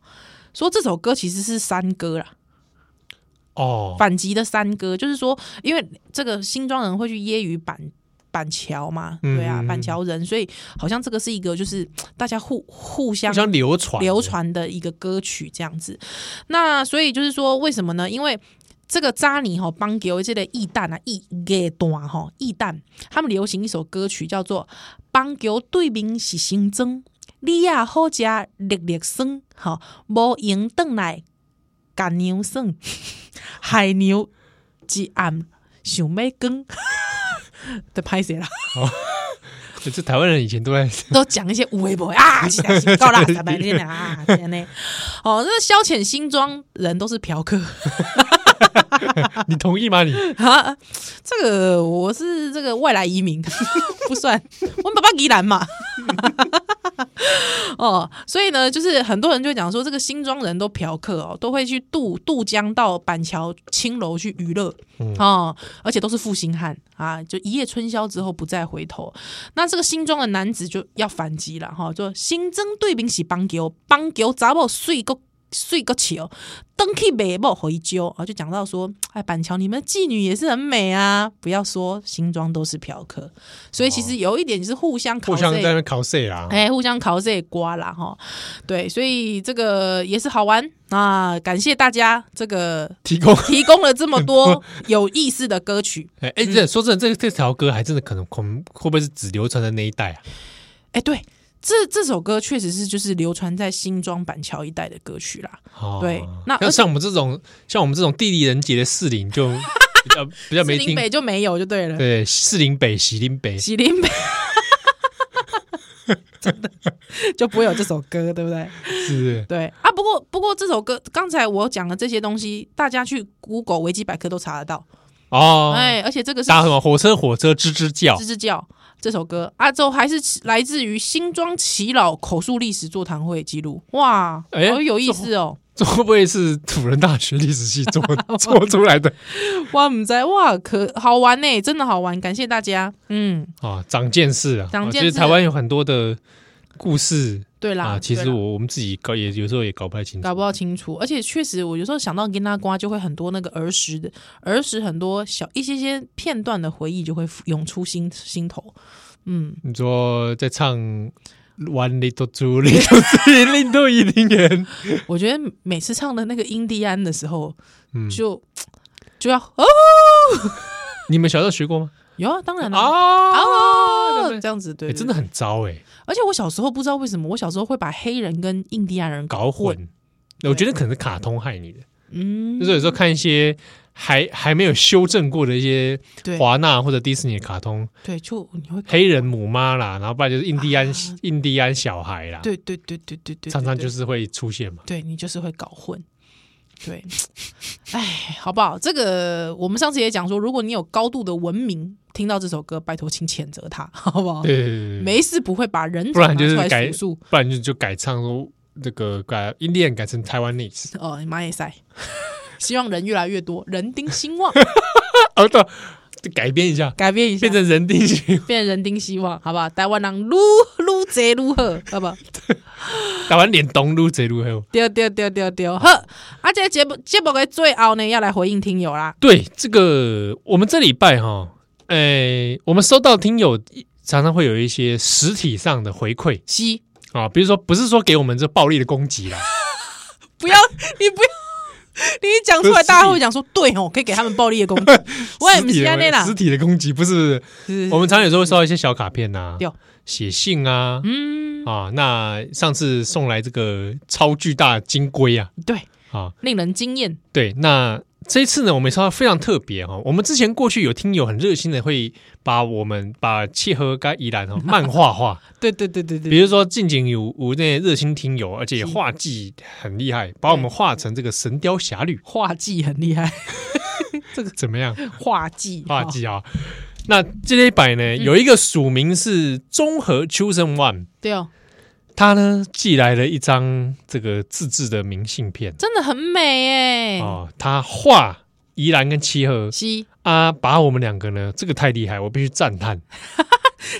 Speaker 2: 说这首歌其实是山歌啦。
Speaker 1: 哦，
Speaker 2: 反击的三哥，就是说，因为这个新庄人会去揶揄板板桥嘛，
Speaker 1: 嗯
Speaker 2: 对啊，
Speaker 1: 嗯嗯
Speaker 2: 板桥人，所以好像这个是一个就是大家互互相
Speaker 1: 互相流传，
Speaker 2: 流，传的一个歌曲这样子。那所以就是说，为什么呢？因为这个扎尼哈邦给我这个异蛋啊，异给段哈异蛋，他们流行一首歌曲叫做《邦给我对面是新增》，你也好食绿绿酸，哈，无闲顿来干牛酸， (laughs) 海牛一暗想要 (laughs) 光，对，拍谁啦？
Speaker 1: 这台湾人以前都在 (laughs)
Speaker 2: 都讲一些无微博啊，是啊是够啦，三百天啊，这样呢。哦，那消遣新装人都是嫖客 (laughs)
Speaker 1: 你同意吗？你
Speaker 2: 啊，这个我是这个外来移民， (laughs) 不算，我们爸爸宜兰嘛。哦，所以呢，就是很多人就会讲说，这个新庄人都嫖客哦，都会去渡渡江到板桥青楼去娱乐、
Speaker 1: 嗯
Speaker 2: 哦，而且都是负心汉啊，就一夜春宵之后不再回头。那这个新庄的男子就要反击了哈，就新增对兵是邦球，邦球查某碎个碎个球，登去美某回揪啊，就讲到说，哎，板桥你们妓女也是很美啊，不要说新庄都是嫖客，所以其实有一点是互相
Speaker 1: 哦互相在
Speaker 2: 考
Speaker 1: 那边考试啦。
Speaker 2: 哎，互相考这也瓜啦哈，对，所以这个也是好玩。那感谢大家这个
Speaker 1: 提供
Speaker 2: 提供了这么多有意思的歌曲。
Speaker 1: (laughs) 哎哎，这说真的，这这条歌还真的可能可能会不会是只流传在那一代啊？
Speaker 2: 哎，对，这这首歌确实是就是流传在新庄板桥一带的歌曲啦。
Speaker 1: 哦
Speaker 2: 对那
Speaker 1: 像
Speaker 2: 而且
Speaker 1: 像我们这种像我们这种地利人杰的士林就 (laughs) 比较比较没
Speaker 2: 士林
Speaker 1: 听，
Speaker 2: 北就没有就对了，
Speaker 1: 对士林北、喜林北，
Speaker 2: 喜林北。 (laughs) 真的就不会有这首歌，对不对？
Speaker 1: 是不是？
Speaker 2: 对啊，不过不过这首歌刚才我讲的这些东西，大家去 Google 维基百科都查得到。
Speaker 1: 哦，
Speaker 2: 哎，而且这个是
Speaker 1: 打什么火车火车吱吱叫
Speaker 2: 吱吱叫这首歌，阿周还是来自于新庄耆老口述历史座谈会记录，哇，好
Speaker 1: 哎
Speaker 2: 有意思哦！
Speaker 1: 这 (laughs) 会不会是辅仁大学历史系做做出
Speaker 2: (laughs)
Speaker 1: 来的
Speaker 2: 哇，唔知哇，可好玩呢，真的好玩，感谢大家。嗯，
Speaker 1: 啊？长见识啊！
Speaker 2: 长
Speaker 1: 啊
Speaker 2: 见
Speaker 1: 其实
Speaker 2: 识
Speaker 1: 台湾有很多的故事
Speaker 2: 对啦，
Speaker 1: 啊，其
Speaker 2: 对
Speaker 1: 实
Speaker 2: 啦
Speaker 1: 我我们自己搞也有时候也搞不太清楚，
Speaker 2: 搞不到清楚，而且确实，我有时候想到跟他瓜，就会很多那个儿时的儿时很多小一些些片段的回忆就会涌出心心头。嗯，
Speaker 1: 你说在唱 One little two little three little 一零元， (laughs)
Speaker 2: 我觉得每次唱的那个印第安的时候，
Speaker 1: 嗯，
Speaker 2: 就就要哦，
Speaker 1: 你们小时候学过吗？
Speaker 2: 有啊，当然了、
Speaker 1: 哦，
Speaker 2: 哦，这样子对
Speaker 1: 哎，真的，
Speaker 2: 对
Speaker 1: 很糟哎，
Speaker 2: 而且我小时候不知道为什么，我小时候会把黑人跟印第安人搞，
Speaker 1: 搞混。我觉得可能是卡通害你的，
Speaker 2: 嗯，
Speaker 1: 就是有时候看一些还还没有修正过的一些
Speaker 2: 对
Speaker 1: 华纳或者迪士尼的卡通，
Speaker 2: 对，就你会
Speaker 1: 黑人母妈啦，然后不然就是印第安
Speaker 2: 啊
Speaker 1: 印第安小孩啦，
Speaker 2: 对对对对对对，
Speaker 1: 常常
Speaker 2: 对
Speaker 1: 就是会出现嘛。
Speaker 2: 对你就是会搞混。对， (laughs) 哎，好不好？这个我们上次也讲说，如果你有高度的文明，听到这首歌，拜托请谴责他，好不好？
Speaker 1: 对对对对，对
Speaker 2: 哦没事不会把人
Speaker 1: 不然就是
Speaker 2: 拿出来
Speaker 1: 改
Speaker 2: 数数
Speaker 1: 不然就就改唱说这个改 Indian 改成 Taiwanese。
Speaker 2: 哦，马也塞。 (laughs) 希望人越来越多，人丁
Speaker 1: (laughs)
Speaker 2: 兴旺，
Speaker 1: (laughs) 哦，对，改编一下，
Speaker 2: 改变一下，
Speaker 1: 变成人定型，
Speaker 2: 变人丁希望，好不好？台湾人撸 (laughs) 撸贼撸好，好不好？
Speaker 1: 台湾脸东撸贼撸黑。
Speaker 2: 对对对对对，好。啊，这个节目节目的最后呢，要来回应听友啦。
Speaker 1: 对，这个我们这礼拜哈，诶、我们收到听友常常会有一些实体上的回馈
Speaker 2: 西，
Speaker 1: 啊，比如说不是说给我们这暴力的攻击啦，
Speaker 2: 不要， (laughs) 你不要，你一讲出
Speaker 1: 不
Speaker 2: 来，
Speaker 1: 是
Speaker 2: 大家会讲说，对哦，可以给他们暴力的
Speaker 1: (laughs)
Speaker 2: 攻击。我也
Speaker 1: 实
Speaker 2: 不
Speaker 1: 体
Speaker 2: 是安内
Speaker 1: 的
Speaker 2: 啦
Speaker 1: 实，体的攻击不是，
Speaker 2: 是
Speaker 1: 我们常有时候会收到一些小卡片呐、
Speaker 2: 对
Speaker 1: 写信啊。
Speaker 2: 嗯，
Speaker 1: 啊，那上次送来这个超巨大金龟啊，
Speaker 2: 对，
Speaker 1: 啊，
Speaker 2: 令人惊艳，
Speaker 1: 对，那这一次呢，我们收到非常特别哈、哦。我们之前过去有听友很热心的，会把我们把契合跟宜
Speaker 2: (laughs)
Speaker 1: 兰哦漫画化，
Speaker 2: 对对对对
Speaker 1: 比
Speaker 2: 对，
Speaker 1: 如说近景有有那些热心听友，而且画技很厉害，把我们画成这个《神雕侠侣》
Speaker 2: 画技很厉害， (laughs)
Speaker 1: 怎么样？
Speaker 2: 画技，哦
Speaker 1: 画技啊、那这一版呢，有一个署名是综合 Chosen One，
Speaker 2: 对哦，
Speaker 1: 他呢寄来了一张这个自制的明信片
Speaker 2: 真的很美哎，
Speaker 1: 哦，他画宜兰跟七和
Speaker 2: 西
Speaker 1: 啊，把我们两个呢，这个太厉害，我必须赞叹。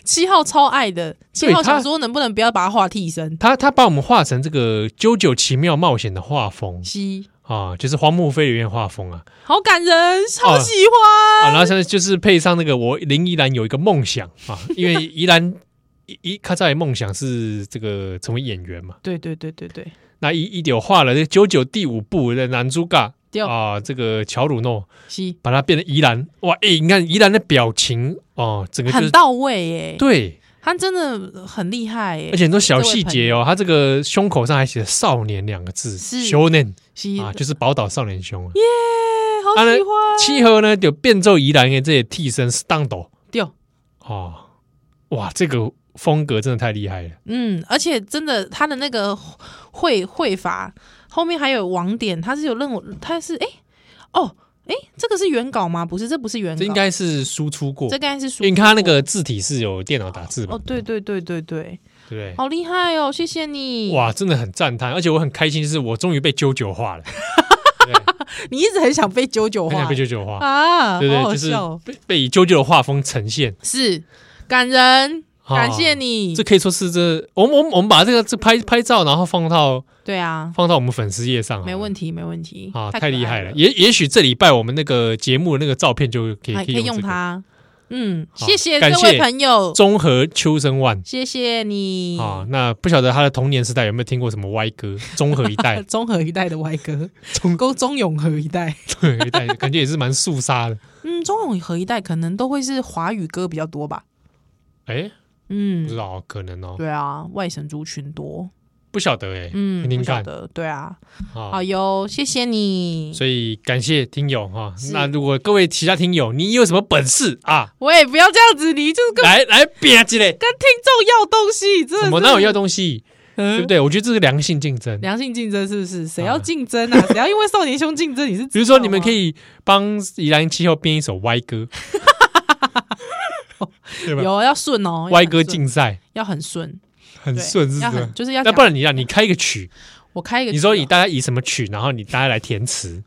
Speaker 2: 七号超爱的，七号
Speaker 1: 他
Speaker 2: 想说能不能不要把它画替身，
Speaker 1: 他他把我们画成这个《啾啾奇妙冒险》的画风
Speaker 2: 西
Speaker 1: 啊，就是荒木飞吕彦画风啊
Speaker 2: 好感人，超
Speaker 1: 哦
Speaker 2: 喜欢，
Speaker 1: 啊，然后现在就是配上那个我林依兰有一个梦想
Speaker 2: (laughs)
Speaker 1: 啊，因为依兰一一卡在梦想是这个成为演员嘛，
Speaker 2: 对对对对对，
Speaker 1: 那一一有画了这《啾啾》第五部的男主角
Speaker 2: 对
Speaker 1: 啊，这个乔鲁诺
Speaker 2: 西
Speaker 1: 把它变成依兰哇，哎、你看依兰的表情哦，整个就
Speaker 2: 很
Speaker 1: 是
Speaker 2: 到位哎，
Speaker 1: 对，
Speaker 2: 他真的很厉害哎
Speaker 1: 而，且很多小细节哦，他这个胸口上还写了“少年”两个字，
Speaker 2: 是
Speaker 1: shonen
Speaker 2: 西
Speaker 1: 啊，就是宝岛少年胸啊。
Speaker 2: 耶，好喜欢，
Speaker 1: 七和呢，就变奏宜兰的这些替身 stundo
Speaker 2: 对。
Speaker 1: 哦，哇，这个风格真的太厉害了。
Speaker 2: 嗯，而且真的，他的那个绘绘法后面还有网点，他是有任务，他是哎、哦哎、这个是原稿吗？不是，这不是原稿，
Speaker 1: 这应该是输出过，
Speaker 2: 这应该是书
Speaker 1: 因为你看他那个字体是有电脑打字嘛
Speaker 2: 哦，，对对对对对，
Speaker 1: 对不
Speaker 2: 好厉害哦，谢谢你
Speaker 1: 对？，哇，真的很赞叹，而且我很开心，就是我终于被啾啾化了，
Speaker 2: 你一直很想被九九
Speaker 1: 很想 (laughs)
Speaker 2: 画
Speaker 1: 被啾啾化，
Speaker 2: 啊，
Speaker 1: 对不
Speaker 2: 好
Speaker 1: 对？
Speaker 2: 好
Speaker 1: 就是
Speaker 2: 笑哦，
Speaker 1: 被被以啾啾的画风呈现，
Speaker 2: 是感人，
Speaker 1: 啊
Speaker 2: 感谢你，
Speaker 1: 这可以说是这我们我们我们把这个这拍拍照，然后放到
Speaker 2: 对啊，
Speaker 1: 放到我们粉丝页上好了，
Speaker 2: 没问题没问题
Speaker 1: 啊，
Speaker 2: 可
Speaker 1: 哦太厉害
Speaker 2: 爱
Speaker 1: 了！也也许这礼拜我们那个节目的那个照片就可以
Speaker 2: 哎可以
Speaker 1: 用
Speaker 2: 用
Speaker 1: 这个
Speaker 2: 它，嗯，
Speaker 1: 好
Speaker 2: 谢谢
Speaker 1: 感
Speaker 2: 这位
Speaker 1: 谢
Speaker 2: 朋友，
Speaker 1: 综合秋生万
Speaker 2: 谢谢你，
Speaker 1: 啊。那不晓得他的童年时代有没有听过什么歪歌？综合一代
Speaker 2: (laughs) 呃中和一带的歪
Speaker 1: (laughs)
Speaker 2: 歌，
Speaker 1: 综
Speaker 2: 跟中永和一
Speaker 1: (laughs)
Speaker 2: 带，
Speaker 1: 合一代感觉也是蛮肃杀的。
Speaker 2: 嗯，中永和一带可能都会是华语歌比较多吧，
Speaker 1: 哎，不知
Speaker 2: 嗯，
Speaker 1: 道，可能哦，
Speaker 2: 对啊，外省族群多，
Speaker 1: 不晓得哎，
Speaker 2: 嗯，
Speaker 1: 听听
Speaker 2: 不晓
Speaker 1: 看
Speaker 2: 得，对啊，
Speaker 1: 啊
Speaker 2: 好。哟，谢谢你，
Speaker 1: 所以感谢听友哈
Speaker 2: 是。
Speaker 1: 那如果各位其他听友，你有什么本事啊，
Speaker 2: 我也不要这样子，你就是跟
Speaker 1: 来来编辑嘞，
Speaker 2: 跟听众要东西，真
Speaker 1: 什
Speaker 2: 的是
Speaker 1: 么哪有要东西，对不
Speaker 2: 嗯
Speaker 1: 对？我觉得这是良性竞争。
Speaker 2: 良性竞争是不是？谁
Speaker 1: 啊
Speaker 2: 要竞争啊？谁要因为少年兄竞争？你是
Speaker 1: 比如说，你们可以
Speaker 2: 哦
Speaker 1: 帮宜兰气候编一首歪
Speaker 2: (laughs)
Speaker 1: 歌，对吧？
Speaker 2: 有要顺哦，
Speaker 1: 歪歌
Speaker 2: 竞
Speaker 1: 竞赛
Speaker 2: 要很顺，
Speaker 1: 很
Speaker 2: 对
Speaker 1: 顺，是
Speaker 2: 要
Speaker 1: 不是
Speaker 2: 很？就是要
Speaker 1: 那不
Speaker 2: 讲
Speaker 1: 然你让你开一个曲，
Speaker 2: 我开一个，哦
Speaker 1: 你说你大家以什么曲，然后你大家来填词，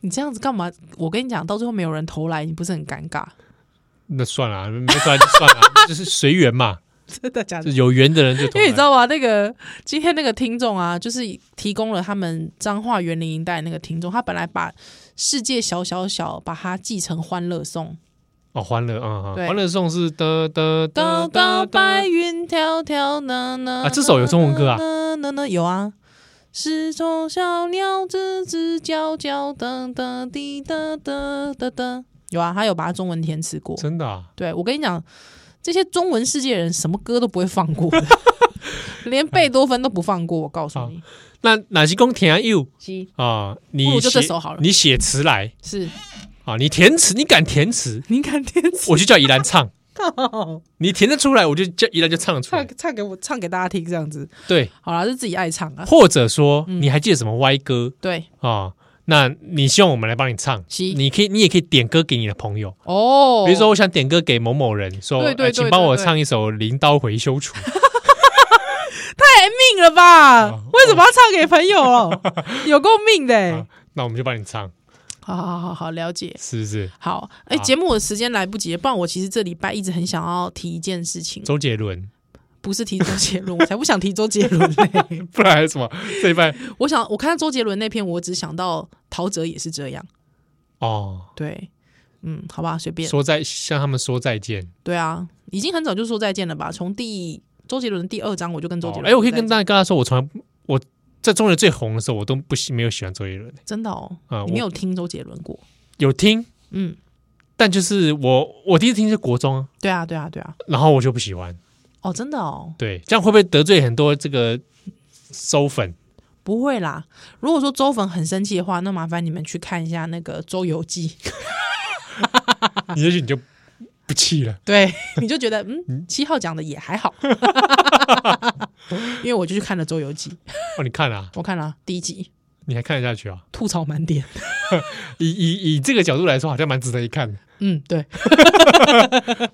Speaker 2: 你这样子干嘛？我跟你讲，到最后没有人投来，你不是很尴尬？ (laughs)
Speaker 1: 那算了啊，没算就算了啊， (laughs) 就是随缘嘛，
Speaker 2: 真的假的
Speaker 1: 就？有缘的人就投来。
Speaker 2: 因为你知道吗？那个今天那个听众啊，就是提供了他们彰化园林一带那个听众，他本来把《世界小小小》把它记成《欢乐颂》，
Speaker 1: 哦，欢乐啊，
Speaker 2: 对
Speaker 1: 欢乐颂是的的
Speaker 2: 高
Speaker 1: 的
Speaker 2: 高
Speaker 1: 的
Speaker 2: 白云迢迢，呢呢
Speaker 1: 啊这首有中文歌啊
Speaker 2: 呢呢呢有啊。是从小鸟吱吱叫叫，噔噔滴噔噔噔噔，有啊，他有把它中文填词过。
Speaker 1: 真的啊，
Speaker 2: 对我跟你讲，这些中文世界人什么歌都不会放过
Speaker 1: (laughs)
Speaker 2: 的，连贝多芬都不放过。我告诉你，
Speaker 1: 那哪些公填 you
Speaker 2: 鸡
Speaker 1: 啊？
Speaker 2: 不
Speaker 1: 你
Speaker 2: 如哦就
Speaker 1: 写
Speaker 2: 这首好了
Speaker 1: 你写词来
Speaker 2: 是
Speaker 1: 啊，你填词， (laughs) 你敢填词，
Speaker 2: 你敢填 (laughs) 词？
Speaker 1: 我就叫宜兰唱，你填得出来，我就叫宜兰就唱得出
Speaker 2: 唱
Speaker 1: 来。
Speaker 2: 唱给我唱给大家听，这样子
Speaker 1: 对，
Speaker 2: 好啦，是自己爱唱啊。
Speaker 1: 或者说
Speaker 2: 嗯
Speaker 1: 你还记得什么歪歌
Speaker 2: 对
Speaker 1: 啊？那你希望我们来帮你唱，
Speaker 2: 是
Speaker 1: 你可以，你也可以点歌给你的朋友，
Speaker 2: 哦，
Speaker 1: 比如说我想点歌给某某人，说，
Speaker 2: 对对
Speaker 1: 呃
Speaker 2: 对
Speaker 1: 请帮我
Speaker 2: 对对
Speaker 1: 唱一首《镰刀回修厨》。
Speaker 2: 命了吧？
Speaker 1: 哦
Speaker 2: 为什么要唱给朋友哦？有够命的、欸
Speaker 1: 啊！ (laughs) 那我们就帮你唱，
Speaker 2: 好好好好，了解。
Speaker 1: 是不
Speaker 2: (laughs)
Speaker 1: 是？
Speaker 2: 好，哎、
Speaker 1: 好
Speaker 2: 节目的时间来不及了，不然我其实这礼拜一直很想要提一件事
Speaker 1: (laughs)
Speaker 2: 情，
Speaker 1: 周杰伦，
Speaker 2: 不是提周杰伦，我才不想提周杰伦
Speaker 1: (laughs)
Speaker 2: 嘞、
Speaker 1: 不然还有什么？这一半
Speaker 2: 我想，我看到周杰伦那篇，我只想到陶喆也是这样。
Speaker 1: 哦，
Speaker 2: 对，嗯，好吧，随便。
Speaker 1: 说再向他们说再见。
Speaker 2: 对啊，已经很早就说再见了吧？从第周杰伦的第二章我就跟周杰
Speaker 1: 哦
Speaker 2: 伦，
Speaker 1: 哎，我可以跟
Speaker 2: 他
Speaker 1: 大家跟他说，我从来不我在中国最红的时候，我都不喜没有喜欢周杰伦，
Speaker 2: 真的哦，
Speaker 1: 啊
Speaker 2: 你没有听周杰伦过？
Speaker 1: 有听，
Speaker 2: 嗯，
Speaker 1: 但就是我我第一次听是国中啊，
Speaker 2: 对啊，对啊，对啊，
Speaker 1: 然后我就不喜欢。
Speaker 2: 哦，真的哦，
Speaker 1: 对，这样会不会得罪很多这个收 (laughs) 粉？
Speaker 2: 不会啦。如果说周粉很生气的话，那麻烦你们去看一下那个《周
Speaker 1: (laughs)
Speaker 2: 游记》
Speaker 1: 你也许你就不气了。
Speaker 2: 对，
Speaker 1: (laughs)
Speaker 2: 你就觉得嗯，七号讲的也还好，因为我就去看了《周游记》，
Speaker 1: 哦，你看啊，
Speaker 2: 我看了第一集，
Speaker 1: 你还看得下去啊？
Speaker 2: 吐槽满点。
Speaker 1: 以以以这个角度来说，好像蛮值得一 (laughs) 看的。
Speaker 2: 嗯，对。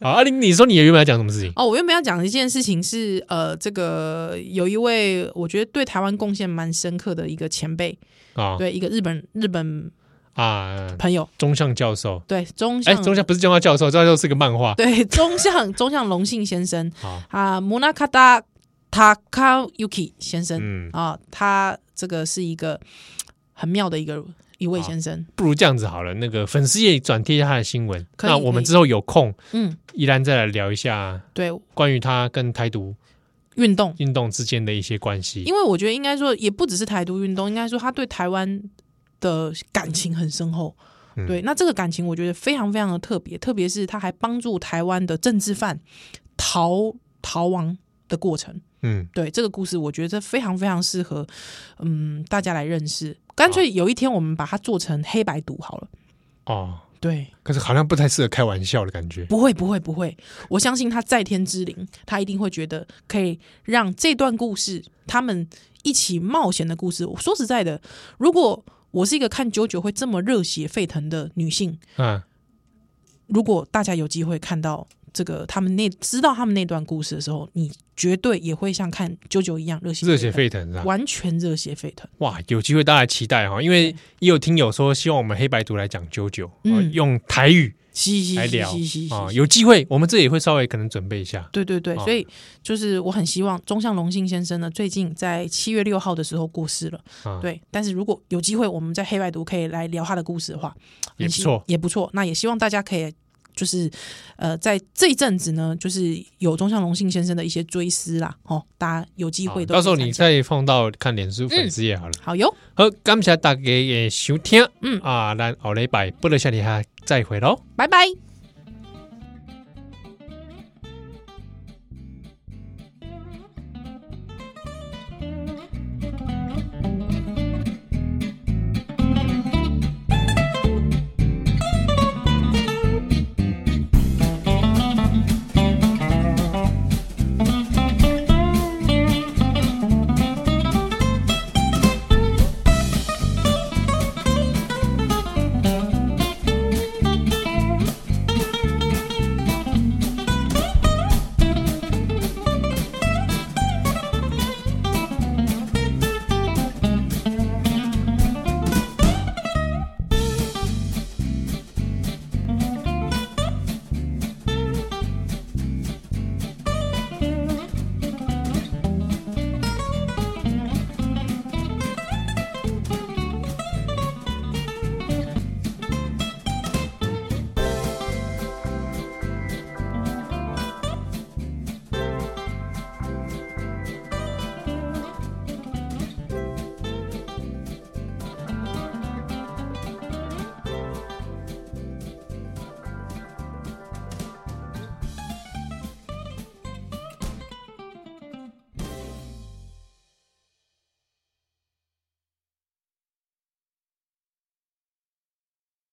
Speaker 1: 好，阿玲，你说你原本要讲什么事情？
Speaker 2: 哦，我原本要讲一件事情是，呃，这个有一位我觉得对台湾贡献蛮深刻的一个前辈，
Speaker 1: 啊
Speaker 2: 对一个日本日本
Speaker 1: 啊，
Speaker 2: 朋友，
Speaker 1: 中向教授，
Speaker 2: 对中
Speaker 1: 哎，
Speaker 2: 向，
Speaker 1: 中向不是中向教授，中向教授是个漫画。
Speaker 2: (laughs) 对中向中向隆信先生
Speaker 1: 好，
Speaker 2: 啊，摩纳卡达塔卡 Yuki 先生、
Speaker 1: 嗯，
Speaker 2: 啊，他这个是一个很妙的一个一位
Speaker 1: 好
Speaker 2: 先生，
Speaker 1: 不如这样子好了，那个粉丝页转贴一下他的新闻。
Speaker 2: 可以
Speaker 1: 那我们
Speaker 2: 可以
Speaker 1: 之后有空，
Speaker 2: 嗯，
Speaker 1: 依然再来聊一下
Speaker 2: 对
Speaker 1: 关于他跟台独
Speaker 2: 运动，
Speaker 1: 运动之间的一些关系。
Speaker 2: 因为我觉得应该说也不只是台独运动，应该说他对台湾的感情很深厚。
Speaker 1: 嗯
Speaker 2: 对，那这个感情我觉得非常非常的特别，特别是他还帮助台湾的政治犯逃逃亡的过程。
Speaker 1: 嗯，
Speaker 2: 对这个故事，我觉得非常非常适合，嗯，大家来认识。干脆有一天我们把它做成黑白读好了。
Speaker 1: 哦，
Speaker 2: 对，
Speaker 1: 可是好像不太适合开玩笑的感觉。
Speaker 2: 不会不会不会，我相信他在天之灵，他一定会觉得可以让这段故事他们一起冒险的故事。我说实在的，如果我是一个看九九会这么热血沸腾的女性，
Speaker 1: 嗯，
Speaker 2: 如果大家有机会看到这个他们那知道他们那段故事的时候，你绝对也会像看九九一样热血
Speaker 1: 热血
Speaker 2: 沸
Speaker 1: 沸腾是吧啊
Speaker 2: 腾，？完全热血沸腾。
Speaker 1: 哇，有机会大家期待哈，因为也有听友说希望我们黑白读来讲九九，
Speaker 2: 嗯
Speaker 1: 呃用台语
Speaker 2: 嘻嘻
Speaker 1: 来
Speaker 2: 嘻
Speaker 1: 聊
Speaker 2: 嘻嘻
Speaker 1: 啊，
Speaker 2: 嘻。
Speaker 1: 有机会我们这也会稍微可能准备一下。
Speaker 2: 对对对，
Speaker 1: 哦
Speaker 2: 所以就是我很希望中向隆信先生呢，最近在七月六号的时候过世了。
Speaker 1: 啊
Speaker 2: 对，但是如果有机会，我们在黑白读可以来聊他的故事的话，
Speaker 1: 也
Speaker 2: 很
Speaker 1: 不
Speaker 2: 希
Speaker 1: 错
Speaker 2: 也不错。那也希望大家可以就是呃，在这一阵子呢，就是有中向隆信先生的一些追思啦，哦，大家有机
Speaker 1: 好
Speaker 2: 会
Speaker 1: 嗯
Speaker 2: 都
Speaker 1: 到时候
Speaker 2: 可以
Speaker 1: 你
Speaker 2: 参加
Speaker 1: 再放到看脸书粉丝页好了。
Speaker 2: 好哟，
Speaker 1: 好，感谢大家的收听，
Speaker 2: 嗯
Speaker 1: 啊，咱后礼拜不得下底下再会喽。
Speaker 2: 拜拜。